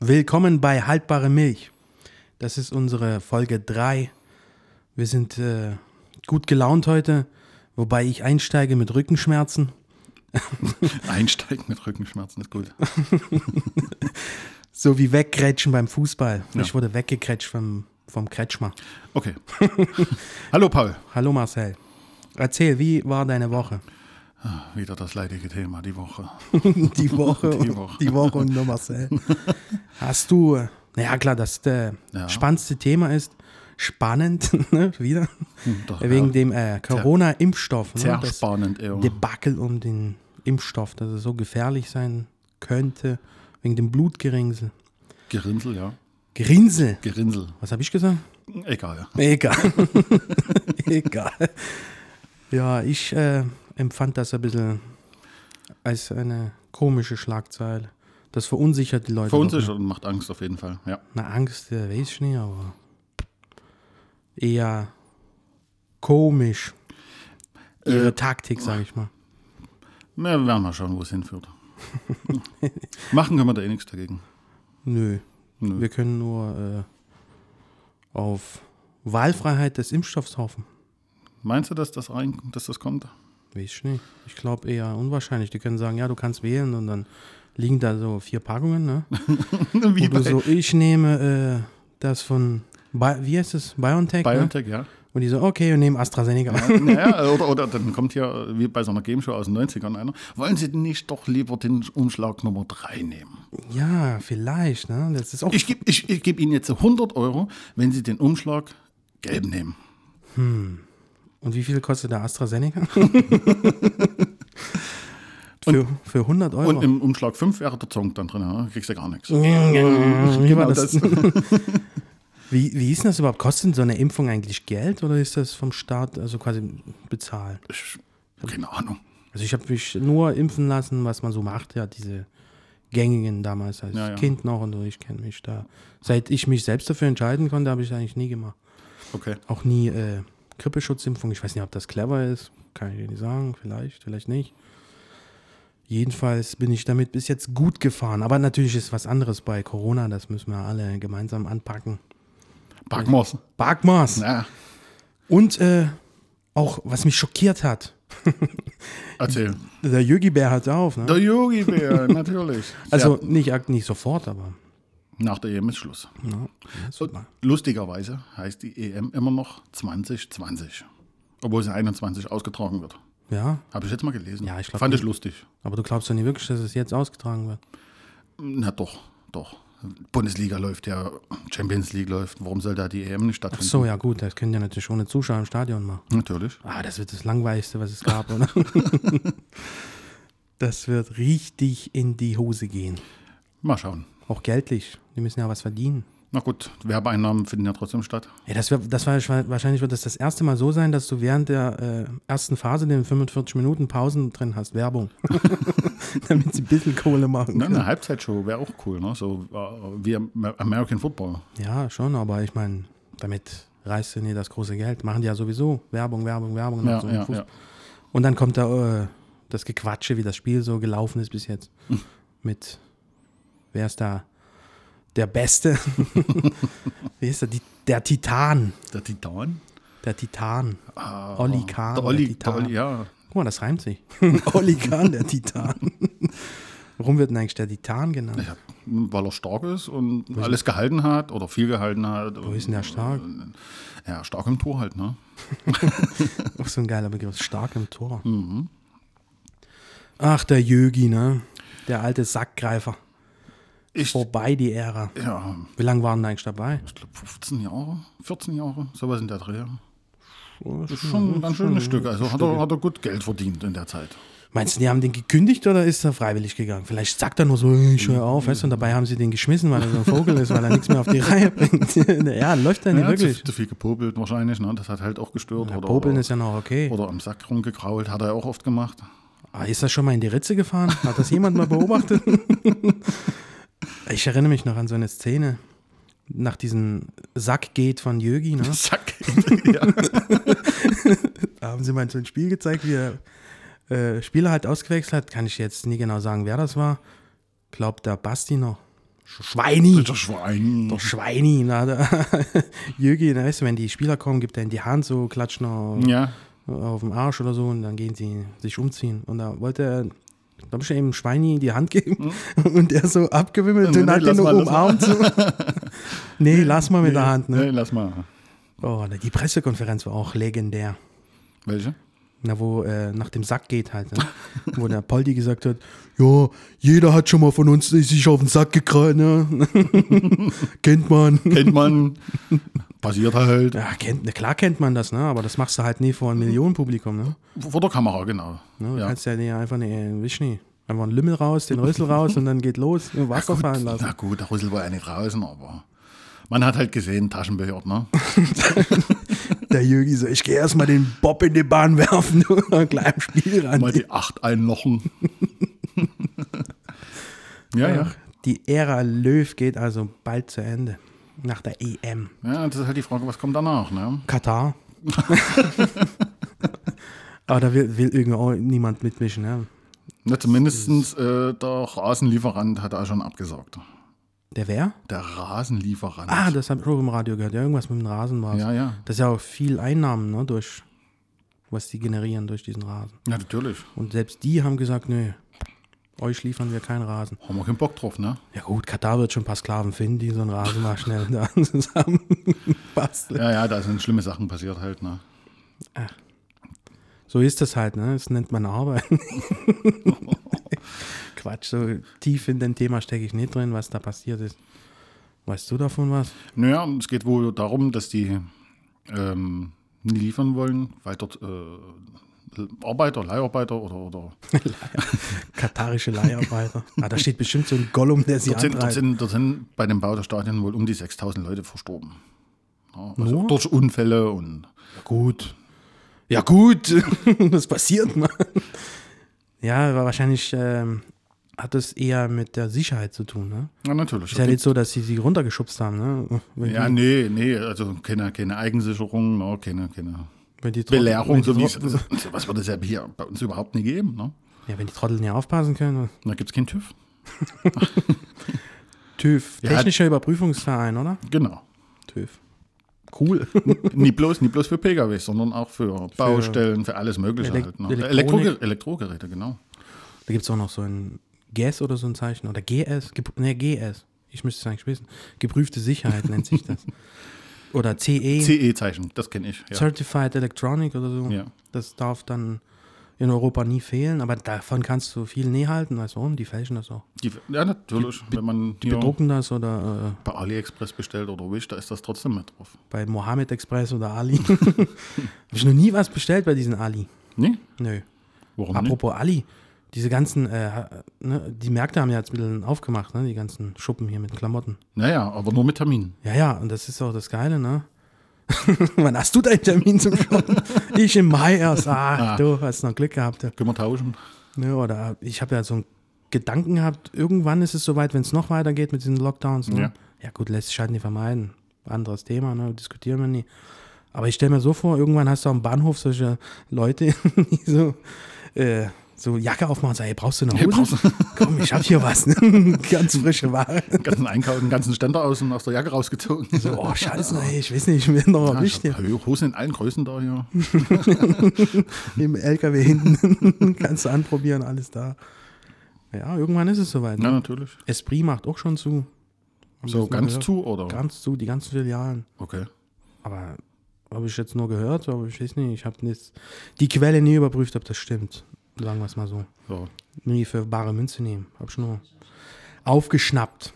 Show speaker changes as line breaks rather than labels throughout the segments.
Willkommen bei Haltbare Milch. Das ist unsere Folge 3. Wir sind äh, gut gelaunt heute, wobei ich einsteige mit Rückenschmerzen.
Einsteigen mit Rückenschmerzen ist gut.
So wie wegkretschen beim Fußball.
Ja.
Ich wurde weggekretscht vom, vom Kretschmer.
Okay. Hallo Paul.
Hallo Marcel. Erzähl, wie war deine Woche?
Wieder das leidige Thema die Woche.
Die Woche,
Die Woche.
die Woche und nur Marcel. Hast du, naja klar, das äh,
Ja.
spannendste Thema ist, spannend, ne, wieder,
Hm, doch,
wegen
ja.
dem äh, Corona-Impfstoff.
Sehr
Ne, das
spannend, ja.
Debakel um den Impfstoff, dass er so gefährlich sein könnte, wegen dem Blutgerinnsel.
Gerinsel, ja.
Gerinnsel?
Gerinsel.
Was habe ich gesagt? Also
Egal.
Egal. Egal. Ja, ich äh, empfand das ein bisschen als eine komische Schlagzeile. Das verunsichert die Leute.
Verunsichert und macht Angst auf jeden Fall. Ja.
Na, Angst, äh, weiß ich nicht, aber eher komisch. Ihre
Äh,
Taktik, sage ich mal.
Na, wir werden mal schauen, wo es hinführt. Machen können wir da eh nichts dagegen.
Nö.
Nö.
Wir können nur äh, auf Wahlfreiheit des Impfstoffs hoffen.
Meinst du, dass das, rein, dass das kommt?
Weiß ich nicht. Ich glaube eher unwahrscheinlich. Die können sagen, ja, du kannst wählen und dann liegen da so vier Packungen, ne?
Wie
Wo du
bei
so, ich nehme äh, das von, Bi wie heißt es? BioNTech, ne?
BioNTech, ja.
Und die so, okay, wir nehmen AstraZeneca.
Naja, oder, oder dann kommt hier, wie bei so einer Gameshow aus den 90ern einer, wollen Sie nicht doch lieber den Umschlag Nummer 3 nehmen?
ja, vielleicht, ne? Das ist auch,
Ich gebe ich, ich geb Ihnen jetzt 100 Euro, wenn Sie den Umschlag gelb nehmen.
und wie viel kostet der AstraZeneca? für, für 100 Euro.
Und im Umschlag 5 wäre der Zong dann drin, ja? kriegst du gar nichts.
genau
Genau
das. Wie, wie ist denn das überhaupt? Kostet so eine Impfung eigentlich Geld oder ist das vom Staat also quasi bezahlen?
Ich, keine Ahnung.
Also ich habe mich nur impfen lassen, was man so macht, ja, diese gängigen damals als
Ja, ja.
Kind noch und so, ich kenne mich da. Seit ich mich selbst dafür entscheiden konnte, habe ich das eigentlich nie gemacht.
Okay.
Auch nie äh, Grippeschutzimpfung. Ich weiß nicht, ob das clever ist. Kann ich dir nicht sagen. Vielleicht, vielleicht nicht. Jedenfalls bin ich damit bis jetzt gut gefahren. Aber natürlich ist was anderes bei Corona. Das müssen wir alle gemeinsam anpacken.
Backmos.
Bagmas.
Ja,
Und äh, auch, was mich schockiert hat,
erzähl.
der Yogi Bär hat auf. Ne?
Der Yogi-Bär, natürlich.
Also
Sehr-
nicht, ak- nicht sofort, aber ne?
nach der EM ist Schluss.
ja, das wird
Und
mal.
lustigerweise heißt die EM immer noch 2020. Obwohl sie 21 ausgetragen wird.
ja,
Habe ich jetzt mal gelesen.
Ja, ich glaub
Fand
nicht.
ich lustig.
aber du glaubst doch nicht wirklich, dass es jetzt ausgetragen wird.
Na doch, doch. Bundesliga läuft ja, Champions League läuft. Warum soll da die EM
Ach
nicht stattfinden?
so, ja gut, das können ja natürlich ohne Zuschauer im Stadion machen.
Natürlich.
Ah, das wird das Langweiligste, was es gab, oder? das wird richtig in die Hose gehen.
Mal schauen.
Auch geldlich. Die müssen ja was verdienen.
Na gut, Werbeeinnahmen finden ja trotzdem statt.
Ja, das, wär, das war, wahrscheinlich wird das das erste Mal so sein, dass du während der äh, ersten Phase den 45 Minuten Pausen drin hast, Werbung. Damit sie ein bisschen Kohle machen
Na,
können.
eine Halbzeitshow wäre auch cool, ne? So äh, wie am- American Football.
Ja, schon, aber ich meine, damit reißt du nie das große Geld. Machen die ja sowieso Werbung, Werbung, Werbung. nach
Ja,
so einem
ja,
Fuß-
ja.
Und dann kommt da äh, das Gequatsche, wie das Spiel so gelaufen ist bis jetzt.
Hm.
Mit, wer ist da der Beste? wer ist da? Die, der Titan.
Der Titan?
Der Titan. Olli Kahn.
Ah, Der Olli, der
Titan.
Olli ja.
Guck mal, das reimt sich. Olli Kahn, der Titan. Warum wird denn eigentlich der Titan genannt?
ja. Weil er stark ist und alles gehalten hat oder viel gehalten hat.
Wo ist denn der stark?
Ja, stark im Tor halt, ne?
Auch so ein geiler Begriff. Stark im Tor.
Mhm.
Ach, der Jögi, ne? Der alte Sackgreifer.
Ich,
Vorbei die Ära.
ja,
Wie lange waren denn eigentlich dabei?
ich glaube 15 Jahre, 14 Jahre, sowas in der Dreh.
Oh,
Das ist schon ein ganz schönes Stück. Also hat er, hat er gut Geld verdient in der Zeit.
Meinst du, die haben den gekündigt oder ist er freiwillig gegangen? Vielleicht sagt er nur so, "Hey, ich höre auf, weißt du, und dabei haben sie den geschmissen, weil er so ein Vogel ist, weil er nichts mehr auf die Reihe bringt. ja, läuft er nicht
Ja,
wirklich.
Zu, zu viel gepopelt wahrscheinlich, ne? Das hat halt auch gestört. oder,
Popeln
oder,
ist ja noch okay.
oder am Sack rumgekrault, hat er auch oft gemacht.
Ah, ist er schon mal in die Ritze gefahren? Hat das jemand mal beobachtet? ich erinnere mich noch an so eine Szene nach diesem Sack geht von Jögi, ne?
Sack.
Da haben sie mal so ein Spiel gezeigt, wie er äh, Spieler halt ausgewechselt hat. Kann ich jetzt nie genau sagen, wer das war. Glaubt der Basti noch. Schweini.
Der also Schwein.
Doch Schweini. Na, da, Jürgi, da weißt du, wenn die Spieler kommen, gibt er in die Hand so, klatschen auf,
Ja.
auf den Arsch oder so und dann gehen sie sich umziehen. Und da wollte er, glaube ich, eben Schweini die Hand geben und der so abgewimmelt und
Hm? Äh, Nee, nee,
hat den
lass
nur
mal, lass
umarmt. So. nee, lass mal mit der Hand. Ne?
Nee, lass mal.
Oh, die Pressekonferenz war auch legendär.
Welche?
Na, wo äh, nach dem Sack geht halt. Ne? wo der Poldi gesagt hat, ja, jeder hat schon mal von uns sich auf den Sack gekrallt, ne? kennt man.
Kennt man. Passiert halt.
Ja, kennt, na klar kennt man das, ne? Aber das machst du halt nie vor einem
Mhm.
Millionenpublikum, ne?
Vor der Kamera, genau.
ne? Du
ja.
kannst ja nie einfach äh, eine Wischni. Einfach einen Lümmel raus, den Rüssel raus und dann geht los. Nur Wasser fallen lassen.
Na gut, der Rüssel war ja nicht draußen, aber man hat halt gesehen, Taschenbehörd, ne?
Der Jürgi so, ich gehe erstmal den Bob in die Bahn werfen, nur gleich am
Mal
Spielrand.
die Acht einlochen. ja, ja.
Die Ära Löw geht also bald zu Ende. Nach der EM.
Ja, das ist halt die Frage, was kommt danach, ne?
Katar. Aber da will, will irgendwie auch niemand mitmischen. Ne?
Na, zumindestens äh, der Rasenlieferant hat auch schon abgesagt.
Der wer?
Der Rasenlieferant.
Ah, das habe ich auch im Radio gehört. Ja, irgendwas mit dem Rasen war es.
Ja, ja.
Das ist ja auch viel Einnahmen, ne, durch, was die generieren durch diesen Rasen.
Ja, natürlich.
Und selbst die haben gesagt, nö, euch liefern wir keinen Rasen.
Haben wir keinen Bock drauf, ne?
Ja gut, Katar wird schon ein paar Sklaven finden, die so einen Rasen mal schnell da zusammen basteln.
Ja, ja, da sind schlimme Sachen passiert halt, ne?
So ist das halt, ne? Das nennt man Arbeit. Quatsch, so tief in dem Thema stecke ich nicht drin, was da passiert ist. Weißt du davon was?
Naja, und es geht wohl darum, dass die ähm, nie liefern wollen, weil dort äh, Arbeiter, Leiharbeiter oder, oder
Katarische Leiharbeiter. Ah, da steht bestimmt so ein Gollum, der sie
dort, sind, dort,
antreibt.
sind, dort sind bei dem Bau der Stadien wohl um die 6000 Leute verstorben. Ja, also
Nur?
durch Unfälle und
Gut. Ja, gut. das passiert mal. Ja, aber wahrscheinlich ähm, hat das eher mit der Sicherheit zu tun. Ne?
ja, natürlich.
Ist ja nicht so, dass sie sie runtergeschubst haben. Ne? Wenn,
Ja,
die,
nee, nee, also keine, keine Eigensicherung, ne, keine, keine
wenn die Trottel-
Belehrung,
wenn die
so wie es,
Trottel-
was wird es ja hier bei uns überhaupt nicht geben. Ne?
Ja, wenn die Trotteln ja aufpassen können.
Da gibt es keinen TÜV.
TÜV,
Ja.
technischer Überprüfungsverein, oder?
Genau.
TÜV. Cool.
Nicht bloß, nicht bloß für PKWs, sondern auch für Baustellen, für alles Mögliche
Elek-
halt. Ne?
Elektronik.
Elektroge- Elektrogeräte, genau.
Da gibt es auch noch so ein GS oder so ein Zeichen. Oder GS. Gep ne, GS. Ich müsste es eigentlich wissen. Geprüfte Sicherheit nennt sich das. Oder CE,
CE-Zeichen, das kenne ich. E, Ja.
Certified Electronic oder so.
Ja.
Das darf dann in Europa nie fehlen. Aber davon kannst du viel näher halten. Weißt du warum? Die fälschen das auch.
Die, ja, natürlich, wenn man
Die
hier
bedrucken das oder äh,
bei AliExpress bestellt oder Wish, da ist das trotzdem mit drauf.
bei Mohammed Express oder Ali. Habe ich noch nie was bestellt bei diesen Ali.
Nee?
Nö.
Warum nicht?
Apropos Ali, diese ganzen, äh, ne, die Märkte haben ja jetzt ein bisschen aufgemacht, ne, die ganzen Schuppen hier mit Klamotten.
Naja, aber nur mit Termin.
Ja, ja, und das ist auch das Geile, ne? Wann hast du deinen Termin zum Shoppen? ich im Mai erst. Ah, du hast noch Glück gehabt. ja.
Können wir tauschen?
Ne, oder ich habe ja so einen Gedanken gehabt, irgendwann ist es soweit, wenn es noch weitergeht mit diesen Lockdowns. Ne?
Ja.
Ja. gut, lässt sich halt nicht vermeiden. Anderes Thema, ne? diskutieren wir nie. Aber ich stelle mir so vor, irgendwann hast du am Bahnhof solche Leute, die so, äh, so Jacke aufmachen und sagen, hey, brauchst du eine
Hey,
Hose? Komm, ich habe hier was, ne? ganz frische Ware.
Den ganzen Einkauf, den ganzen Ständer aus, und aus der Jacke rausgezogen.
So, oh, scheiße, ey, ich weiß nicht, ich Hm. bin noch
Ja, ich
erwischt hier.
hab Hosen in allen Größen da hier.
Im LKW hinten kannst du anprobieren, alles da. Ja, irgendwann ist es soweit.
Ja,
Ne?
natürlich.
Esprit macht auch schon zu. Haben wir
So
jetzt mal
ganz
gehört.
zu oder?
ganz zu, die ganzen Filialen.
Okay.
Aber habe ich jetzt nur gehört, aber ich weiß nicht, ich habe die Quelle nie überprüft, ob das stimmt. Sagen wir es mal so.
So.
Nie für bare Münze nehmen. Hab ich nur aufgeschnappt.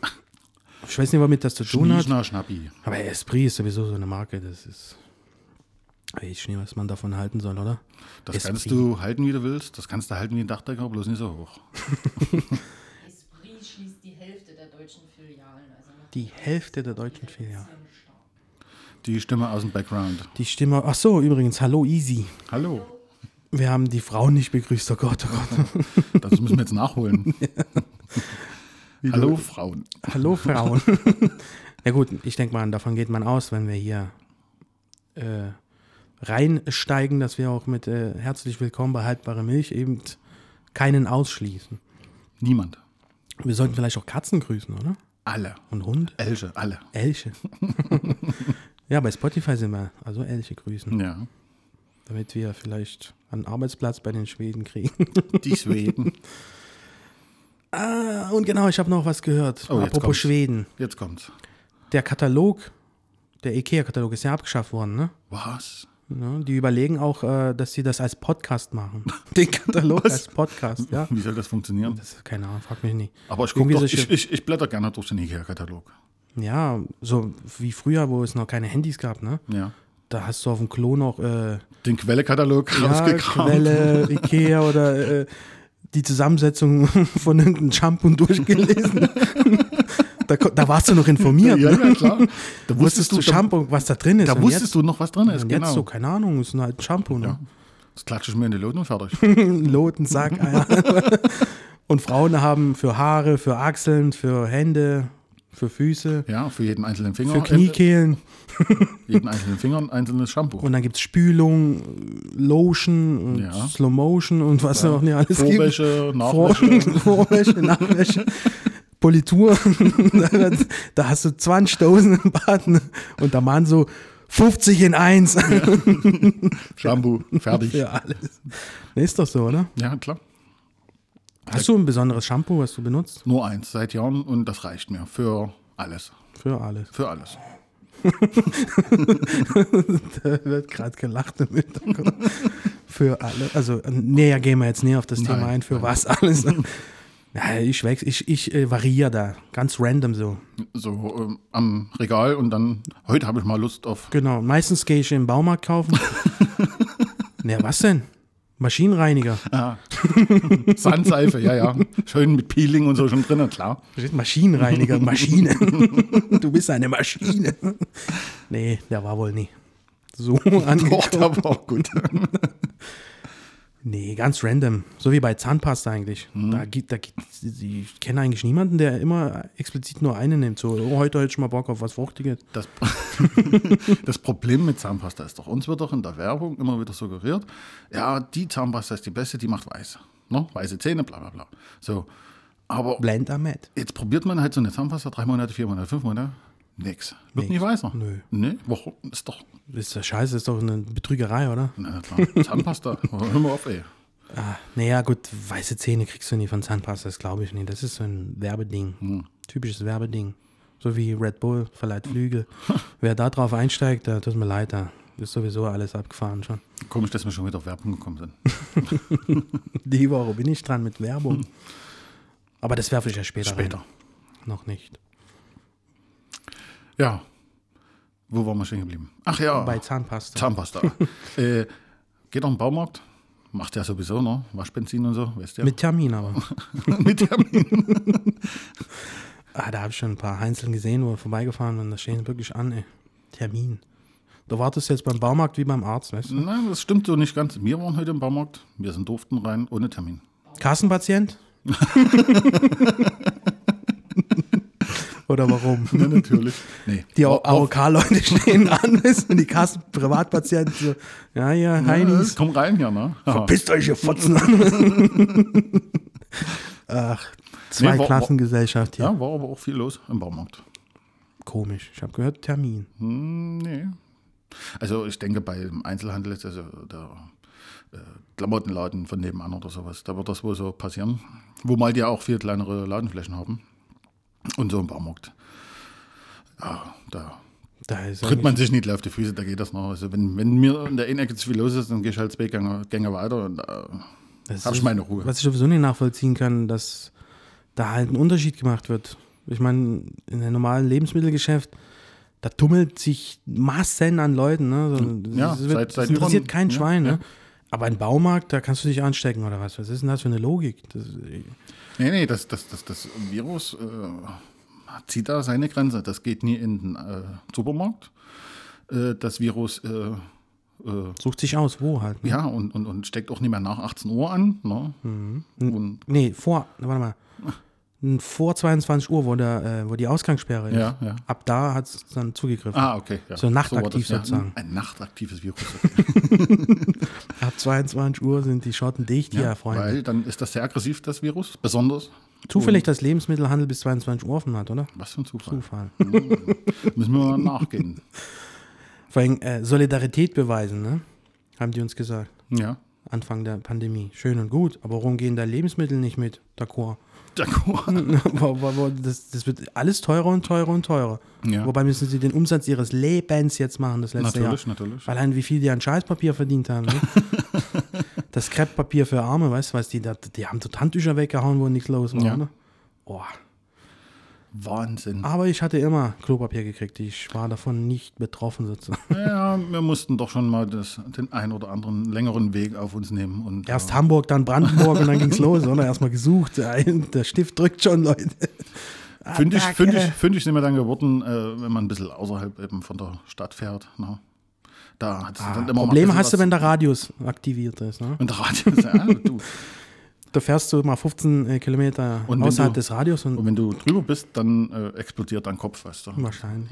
Ich weiß nicht, womit das zu tun hat.
Schnieschna Schnappi.
Aber Esprit ist sowieso so eine Marke, das ist. Weiß ich nicht, was man davon halten soll, oder?
Das
Esprit.
kannst du halten, wie du willst. Das kannst du halten wie ein Dachdecker, bloß nicht so hoch.
Esprit schließt die Hälfte der deutschen Filialen. Also macht
Die Hälfte der deutschen Filialen.
Die Stimme aus dem Background.
Die Stimme. Ach so, übrigens, hallo Easy.
Hallo.
Wir haben die Frauen nicht begrüßt, oh Gott, oh Gott.
Das müssen wir jetzt nachholen. Hallo, Frauen.
Hallo Frauen. Na gut, ich denke mal, davon geht man aus, wenn wir hier äh, reinsteigen, dass wir auch mit äh, herzlich willkommen bei haltbare Milch eben keinen ausschließen.
Niemand.
Wir sollten vielleicht auch Katzen grüßen, oder?
Alle.
Und Hund?
Elche, alle.
Elche. ja, bei Spotify sind wir. Also Elche grüßen.
Ja.
Damit wir vielleicht einen Arbeitsplatz bei den Schweden kriegen.
Die Schweden.
Ah, und genau, ich habe noch was gehört.
Oh, jetzt
Apropos
kommt's.
Schweden.
Jetzt kommt's.
Der Katalog, der IKEA-Katalog ist ja abgeschafft worden, ne?
Was?
Ne, Die überlegen auch, äh, dass sie das als Podcast machen. Den Katalog als Podcast, ja.
Wie soll das funktionieren?
Das, keine Ahnung, frag mich nicht.
Aber ich, guck
Irgendwie
doch,
solche-
ich, ich, ich blätter gerne durch den IKEA-Katalog.
Ja, so wie früher, wo es noch keine Handys gab, ne?
Ja.
Da hast du auf dem Klo noch äh,
Den Quelle-Katalog
ja,
rausgekramt.
Quelle, Ikea oder äh, die Zusammensetzung von irgendeinem Shampoo durchgelesen. da, ko- da warst du noch informiert.
Ja,
ne?
ja, klar. Da
Wusstest du
da,
Shampoo, was da drin ist?
da
Und
wusstest
jetzt,
du noch, was drin ist.
und
Genau.
jetzt so, keine Ahnung, ist nur halt ein Shampoo, ne?
Das klatsche ich mir in die Loten und fertig.
Loten, Sack, Eier. Und Frauen haben für Haare, für Achseln, für Hände, für Füße,
Ja, also für jeden einzelnen Finger.
für Kniekehlen.
Äh, jeden einzelnen Finger ein einzelnes Shampoo.
Und dann gibt es Spülung, Lotion, und
Ja.
Slow Motion und was auch nicht alles gibt.
Vorwäsche, Nachwäsche.
Vor- Vorwäsche, Nachwäsche, Politur. da, da hast du 20.000 im Bad ne? und der Mann so 50 in 1
Shampoo. Fertig.
für alles. Nee, ist doch so, oder?
ja, klar.
Hast du ein besonderes Shampoo, was du benutzt?
Nur eins seit Jahren und das reicht mir für alles.
Für alles.
Für alles.
Da wird gerade gelacht im Hintergrund. Für alle. Also näher gehen wir jetzt näher auf das Thema ein, für was alles. Ja, ich wechsle, ich, ich äh, variiere da. Ganz random so.
So ähm, am Regal und dann, heute habe ich mal Lust auf.
Genau. Meistens gehe ich im Baumarkt kaufen. Na, was denn? Maschinenreiniger.
Sandseife, ja, ja. Schön mit Peeling und so schon drin, klar.
Verstehst du? Maschinenreiniger, Maschine. du bist eine Maschine. Nee, der war wohl nie. So angekommen.
aber auch gut.
Nee, ganz random. So wie bei Zahnpasta eigentlich. Da gibt, da gibt, ich kenne eigentlich niemanden, der immer explizit nur eine nimmt. So, oh, heute hätte ich mal Bock auf was Fruchtiges.
Das, das Problem mit Zahnpasta ist doch, uns wird doch in der Werbung immer wieder suggeriert, ja, die Zahnpasta ist die beste, die macht weiß. Ne? Weiße Zähne, bla bla bla. So. Aber
Blend am Matt.
jetzt probiert man halt so eine Zahnpasta, drei Monate, vier Monate, fünf Monate, nix. Wird nie weißer.
Nö.
Nee, warum? Ist doch,
Ist das scheiße, ist doch eine Betrügerei, oder?
na klar, Zahnpasta. Hör mal auf, ey.
Ah, naja, gut, weiße Zähne kriegst du nie von Zahnpasta, das glaube ich nicht. Das ist so ein Werbeding. Typisches Werbeding. So wie Red Bull verleiht Flügel. Wer da drauf einsteigt, da tut mir leid, da ist sowieso alles abgefahren schon.
Komisch, dass wir schon wieder auf Werbung gekommen sind.
Die Woche bin ich dran mit Werbung. Aber das werfe ich ja später.
Später.
Rein. Noch nicht.
Ja. Wo waren wir stehen geblieben? Ach ja.
Bei Zahnpasta.
Zahnpasta. äh, geht auf den Baumarkt, macht ja sowieso, ne? Waschbenzin und so, weißt du ja.
Mit Termin aber.
Mit Termin.
Ah, da habe ich schon ein paar Einzeln gesehen, wo wir vorbeigefahren sind. Da stehen wirklich an, ey. Termin. Du wartest jetzt beim Baumarkt wie beim Arzt, weißt du?
Nein, das stimmt so nicht ganz. Wir waren heute im Baumarkt, wir sind durften rein, ohne Termin.
Kassenpatient? Oder warum?
Ja, natürlich. Nee.
Die
War- war-
AOK-Leute stehen an, weißt du, und die Kassenprivatpatienten so, ja, ja, Heinis,
Komm rein hier, ne? Haha.
pisst euch, ihr Fotzen. Ach,
Nee, wa- wa-
Zweiklassengesellschaft hier.
Ja, war aber auch viel los im Baumarkt.
Komisch, ich habe gehört, Termin.
Hm, nee. Also ich denke, beim Einzelhandel ist also der äh, Klamottenladen von nebenan oder sowas. Da wird das wohl so passieren. Wobei die ja auch viel kleinere Ladenflächen haben. Und so im Baumarkt. Ja, da
Da ist
tritt man sich nicht auf die Füße, da geht das noch. Also wenn, wenn mir in der einen Ecke zu viel los ist, dann gehe ich halt zwei Gänge, Gänge weiter und äh,
Das
Hab ich
ist-
meine Ruhe.
Was ich sowieso nicht nachvollziehen kann, dass da halt ein Unterschied gemacht wird. Ich meine, in einem normalen Lebensmittelgeschäft, da tummelt sich Massen an Leuten. Ne? So,
Ja,
das, wird,
seit- seit
das interessiert
Jahren,
kein
ja,
Schwein. Ne? Aber ein Baumarkt, da kannst du dich anstecken oder was? Was ist denn das für eine Logik? Das, äh,
Nee, nee, das, das, das, das Virus äh, zieht da seine Grenze. Das geht nie in den äh, Supermarkt. Äh, das Virus äh, äh,
sucht sich aus, wo halt. Ne?
Ja, und, und, und steckt auch nicht mehr nach 18 Uhr an. Ne?
Mhm.
Und,
Nee, vor, warte mal. N- Vor 22 Uhr, wo, der, äh, wo die Ausgangssperre ist.
Ja, ja.
Ab da hat es dann zugegriffen.
ah, okay. Ja.
So nachtaktiv
war
sozusagen.
Ein nachtaktives Virus. Okay.
Ab 22 Uhr sind die Schotten dicht hier, Freunde.
Weil dann ist das sehr aggressiv, das Virus. Besonders
Zufällig, dass Lebensmittelhandel bis 22 Uhr offen hat, oder?
Was für ein Zufall.
Zufall.
Müssen wir mal nachgehen.
Vor allem äh, Solidarität beweisen, ne? Haben die uns gesagt.
Ja.
Anfang der Pandemie. Schön und gut, aber warum gehen da Lebensmittel nicht mit? D'accord.
D'accord.
Wa- wa- wa- das, das wird alles teurer und teurer und teurer.
Ja.
Wobei müssen sie den Umsatz ihres Lebens jetzt machen, das letzte
Natürlich,
Jahr.
natürlich.
Allein wie viel die an Scheißpapier verdient haben. Ne? das Krepppapier für Arme, weißt du, weißt, die, da- die haben dort Handtücher weggehauen, wo nichts los war.
Ja.
Ne? Boah.
Wahnsinn.
Aber ich hatte immer Klopapier gekriegt. Ich war davon nicht betroffen sozusagen.
Ja, wir mussten doch schon mal das, den ein oder anderen längeren Weg auf uns nehmen. Und, äh,
Erst Hamburg, dann Brandenburg und dann ging's los, oder? Erstmal gesucht. Der Stift drückt schon, Leute.
Fündig,
Attacke.
fündig, fündig sind wir dann geworden, äh, wenn man ein bisschen außerhalb eben von der Stadt fährt. Ne? Da hat es dann immer mal ein
Probleme
bisschen
Ah, hast du,
was-
wenn der Radius aktiviert ist. Ne?
wenn der Radio ist. Ja, du.
Da fährst du mal 15 äh, Kilometer
Und wenn
außerhalb
du-
des Radius und
Und wenn du drüber bist, dann äh, explodiert dein Kopf, weißt du.
wahrscheinlich.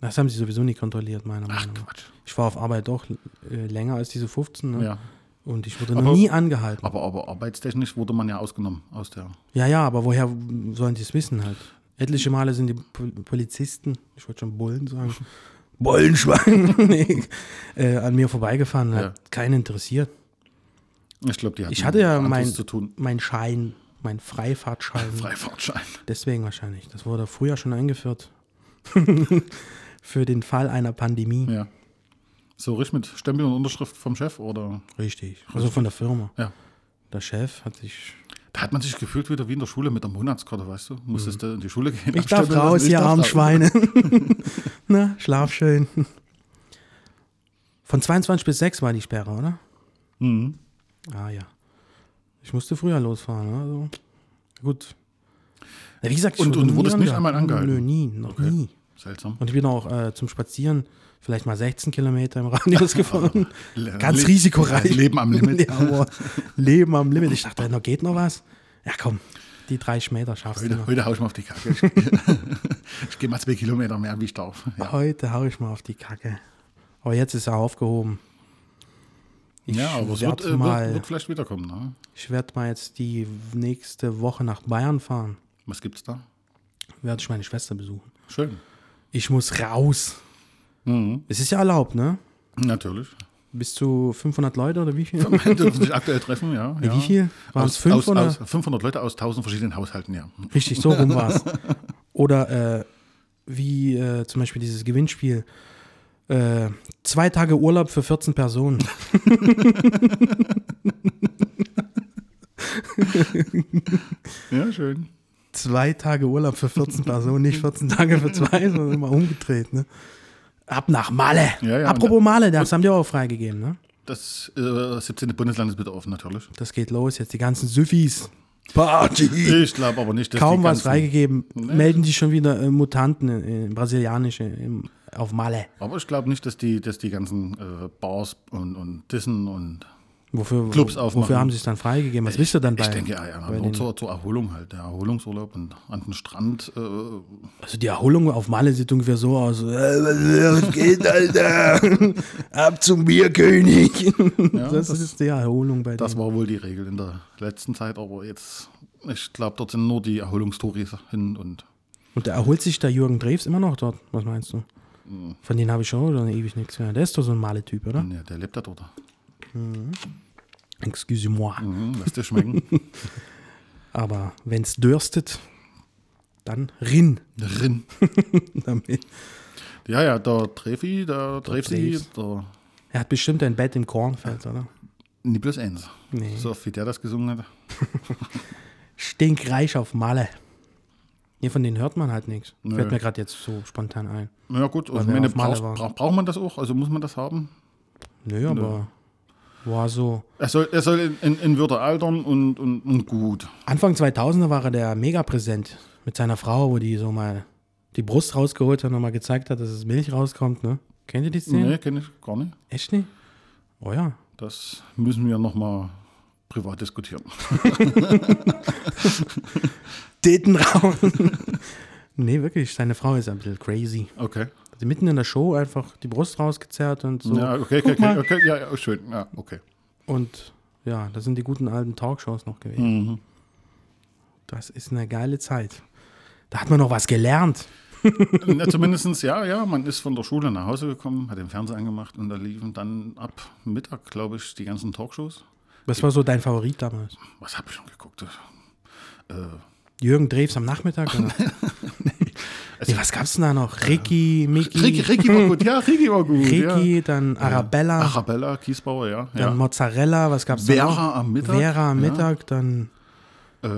Das haben sie sowieso nicht kontrolliert, meiner
Hm. Ach
Meinung nach.
Quatsch.
Ich war auf Arbeit doch äh, länger als diese 15. Ne?
Ja.
Und ich wurde noch
Aber-
nie angehalten.
Aber, aber arbeitstechnisch wurde man ja ausgenommen aus der.
Ja, ja, aber woher sollen die es wissen halt? Etliche Male sind die Pol Polizisten, ich wollte schon Bullen sagen, Bullenschwein, nee, äh, an mir vorbeigefahren, hat
Ja.
keinen interessiert.
Ich glaube, die hatten
Ich hatte ja
anderes
mein,
zu tun.
mein Schein, mein Freifahrtschein.
Freifahrtschein.
Deswegen wahrscheinlich. Das wurde früher schon eingeführt. Für den Fall einer Pandemie.
Ja. So richtig mit Stempel und Unterschrift vom Chef oder?
Richtig. Also von der Firma.
Ja.
Der Chef hat sich.
Da hat man sich gefühlt wieder wie in der Schule mit der Monatskarte, weißt du? Musstest du in die Schule gehen.
Mhm. Ich darf
abstempeln lassen,
raus,
ich
ihr
darf
armen
raus.
Schweine. Na, schlaf schön. Von 22 bis 6 war die Sperre, oder?
Mhm.
Ah ja. Ich musste früher losfahren. ne? Also, gut. Na, wie gesagt, ich
Und-
wurde
und
nie
wurdest nicht
angehalten.
einmal angehalten?
Nö, nie, noch
Okay.
nie.
Seltsam.
Und ich bin auch äh, zum Spazieren vielleicht mal 16 Kilometer im Radius gefahren.
Le-
Ganz
Le-
risikoreich.
Leben am Limit.
ja, aber Leben am Limit. Ich dachte, noch geht noch was. Ja, komm, die drei Meter schaffst du
Heute,
noch.
heute hau ich mal auf die Kacke. Ich, ich gehe mal zwei Kilometer mehr, wie ich darf. Ja.
Heute hau ich mal auf die Kacke. Aber jetzt ist er aufgehoben. Ich
Ja, aber es wird,
werd
äh,
mal,
wird, wird vielleicht wiederkommen. Ne?
ich werde mal jetzt die nächste Woche nach Bayern fahren.
Was gibt's da?
Werde ich meine Schwester besuchen.
Schön.
Ich muss raus.
Mhm.
Es ist ja erlaubt, ne?
Natürlich.
Bis zu 500 Leute oder wie viel?
Wir dürfen sich aktuell treffen, ja. ja.
Wie viel? Waren es
Aus,
fünf
aus,
oder?
aus 500 Leute aus 1000 verschiedenen Haushalten, ja.
Richtig, so rum war es. Oder äh, wie äh, zum Beispiel dieses Gewinnspiel. Äh, zwei Tage Urlaub für 14 Personen.
Ja, schön.
zwei Tage Urlaub für 14 Personen, nicht 14 Tage für zwei, sondern immer umgedreht. Ne? Ab nach Malle.
Ja, ja,
Apropos Malle, das haben die auch freigegeben. Ne?
Das äh, 17. Bundesland ist bitte offen, natürlich.
Das geht los, jetzt die ganzen Süffis. Party.
Ich glaube aber nicht, dass
Kaum
die
was
ganzen,
freigegeben, melden die schon wieder äh, Mutanten, äh, brasilianische, im, auf Malle.
Aber ich glaube nicht, dass die, dass die ganzen äh, Bars und, und Dissen und
Wofür,
Clubs aufmachen.
wofür haben sie es dann freigegeben? Was wisst ihr dann bei?
ich denke ja, ja
bei
nur
den,
zur, zur Erholung halt, der Erholungsurlaub und an den Strand. Äh,
also die Erholung auf Malle sieht ungefähr so aus. äh, Was geht, Alter? Ab zum Bierkönig. das, ist die Erholung bei
das
denen.
war wohl die Regel in der letzten Zeit, aber jetzt, ich glaube, dort sind nur die Erholungstouris hin und
Und da erholt sich der Jürgen Drews immer noch dort. Was meinst du?
Hm.
Von denen habe ich schon oder ewig nichts mehr. Der ist doch so ein Malle-Typ, oder?
ja, der lebt da dort.
Excuse-moi.
Mhm, lass dir schmecken.
Aber wenn es dürstet, dann rinn
Rin.
damit.
Ja, ja, der Trefi, der Trefi,
Treves.
der
Er hat bestimmt ein Bett im Kornfeld, oder?
nie bloß eins.
Nee.
So wie der das gesungen hat.
Stinkreich auf Malle. Nee, von denen hört man halt nichts.
Nö.
Fällt mir gerade jetzt so spontan ein.
Na Ja gut, also
wir
meine,
auf Malle
braucht,
waren.
braucht, braucht man das auch? Also muss man das haben?
Nö, aber war so.
Er soll, er soll in, in, in Würde altern und, und, und gut.
Anfang 2000er war er der mega präsent mit seiner Frau, wo die so mal die Brust rausgeholt hat und mal gezeigt hat, dass es Milch rauskommt, ne? Kennt ihr die Szene?
Nee, kenne ich gar nicht.
Echt nicht? Oh ja.
Das müssen wir nochmal privat diskutieren.
Titten raus. nee, wirklich, seine Frau ist ein bisschen crazy.
Okay.
Hat sie mitten in der Show einfach die Brust rausgezerrt und so.
Ja, okay, okay,
Guck
okay,
mal.
okay. Ja, ja, schön. Ja, okay. Mhm.
Und ja, das sind die guten alten Talkshows noch gewesen. Das ist eine geile Zeit. Da hat man noch was gelernt.
Ja, zumindestens, ja, ja. Man ist von der Schule nach Hause gekommen, hat den Fernseher angemacht und da liefen dann ab Mittag, glaube ich, die ganzen Talkshows.
Was war so dein Favorit damals?
Was habe ich schon geguckt? Äh,
Jürgen Drews am Nachmittag? Oder? nee, was gab's denn da noch? Ricky, Mickey,
also Äh, Ricky, Ricky war gut, ja, Ricky war gut.
Ricky, dann
ja.
Arabella,
Arabella, Kiesbauer, ja.
dann
ja.
Mozzarella, was gab's da noch?
Vera am Mittag.
Vera am
ja.
Mittag, dann
Äh,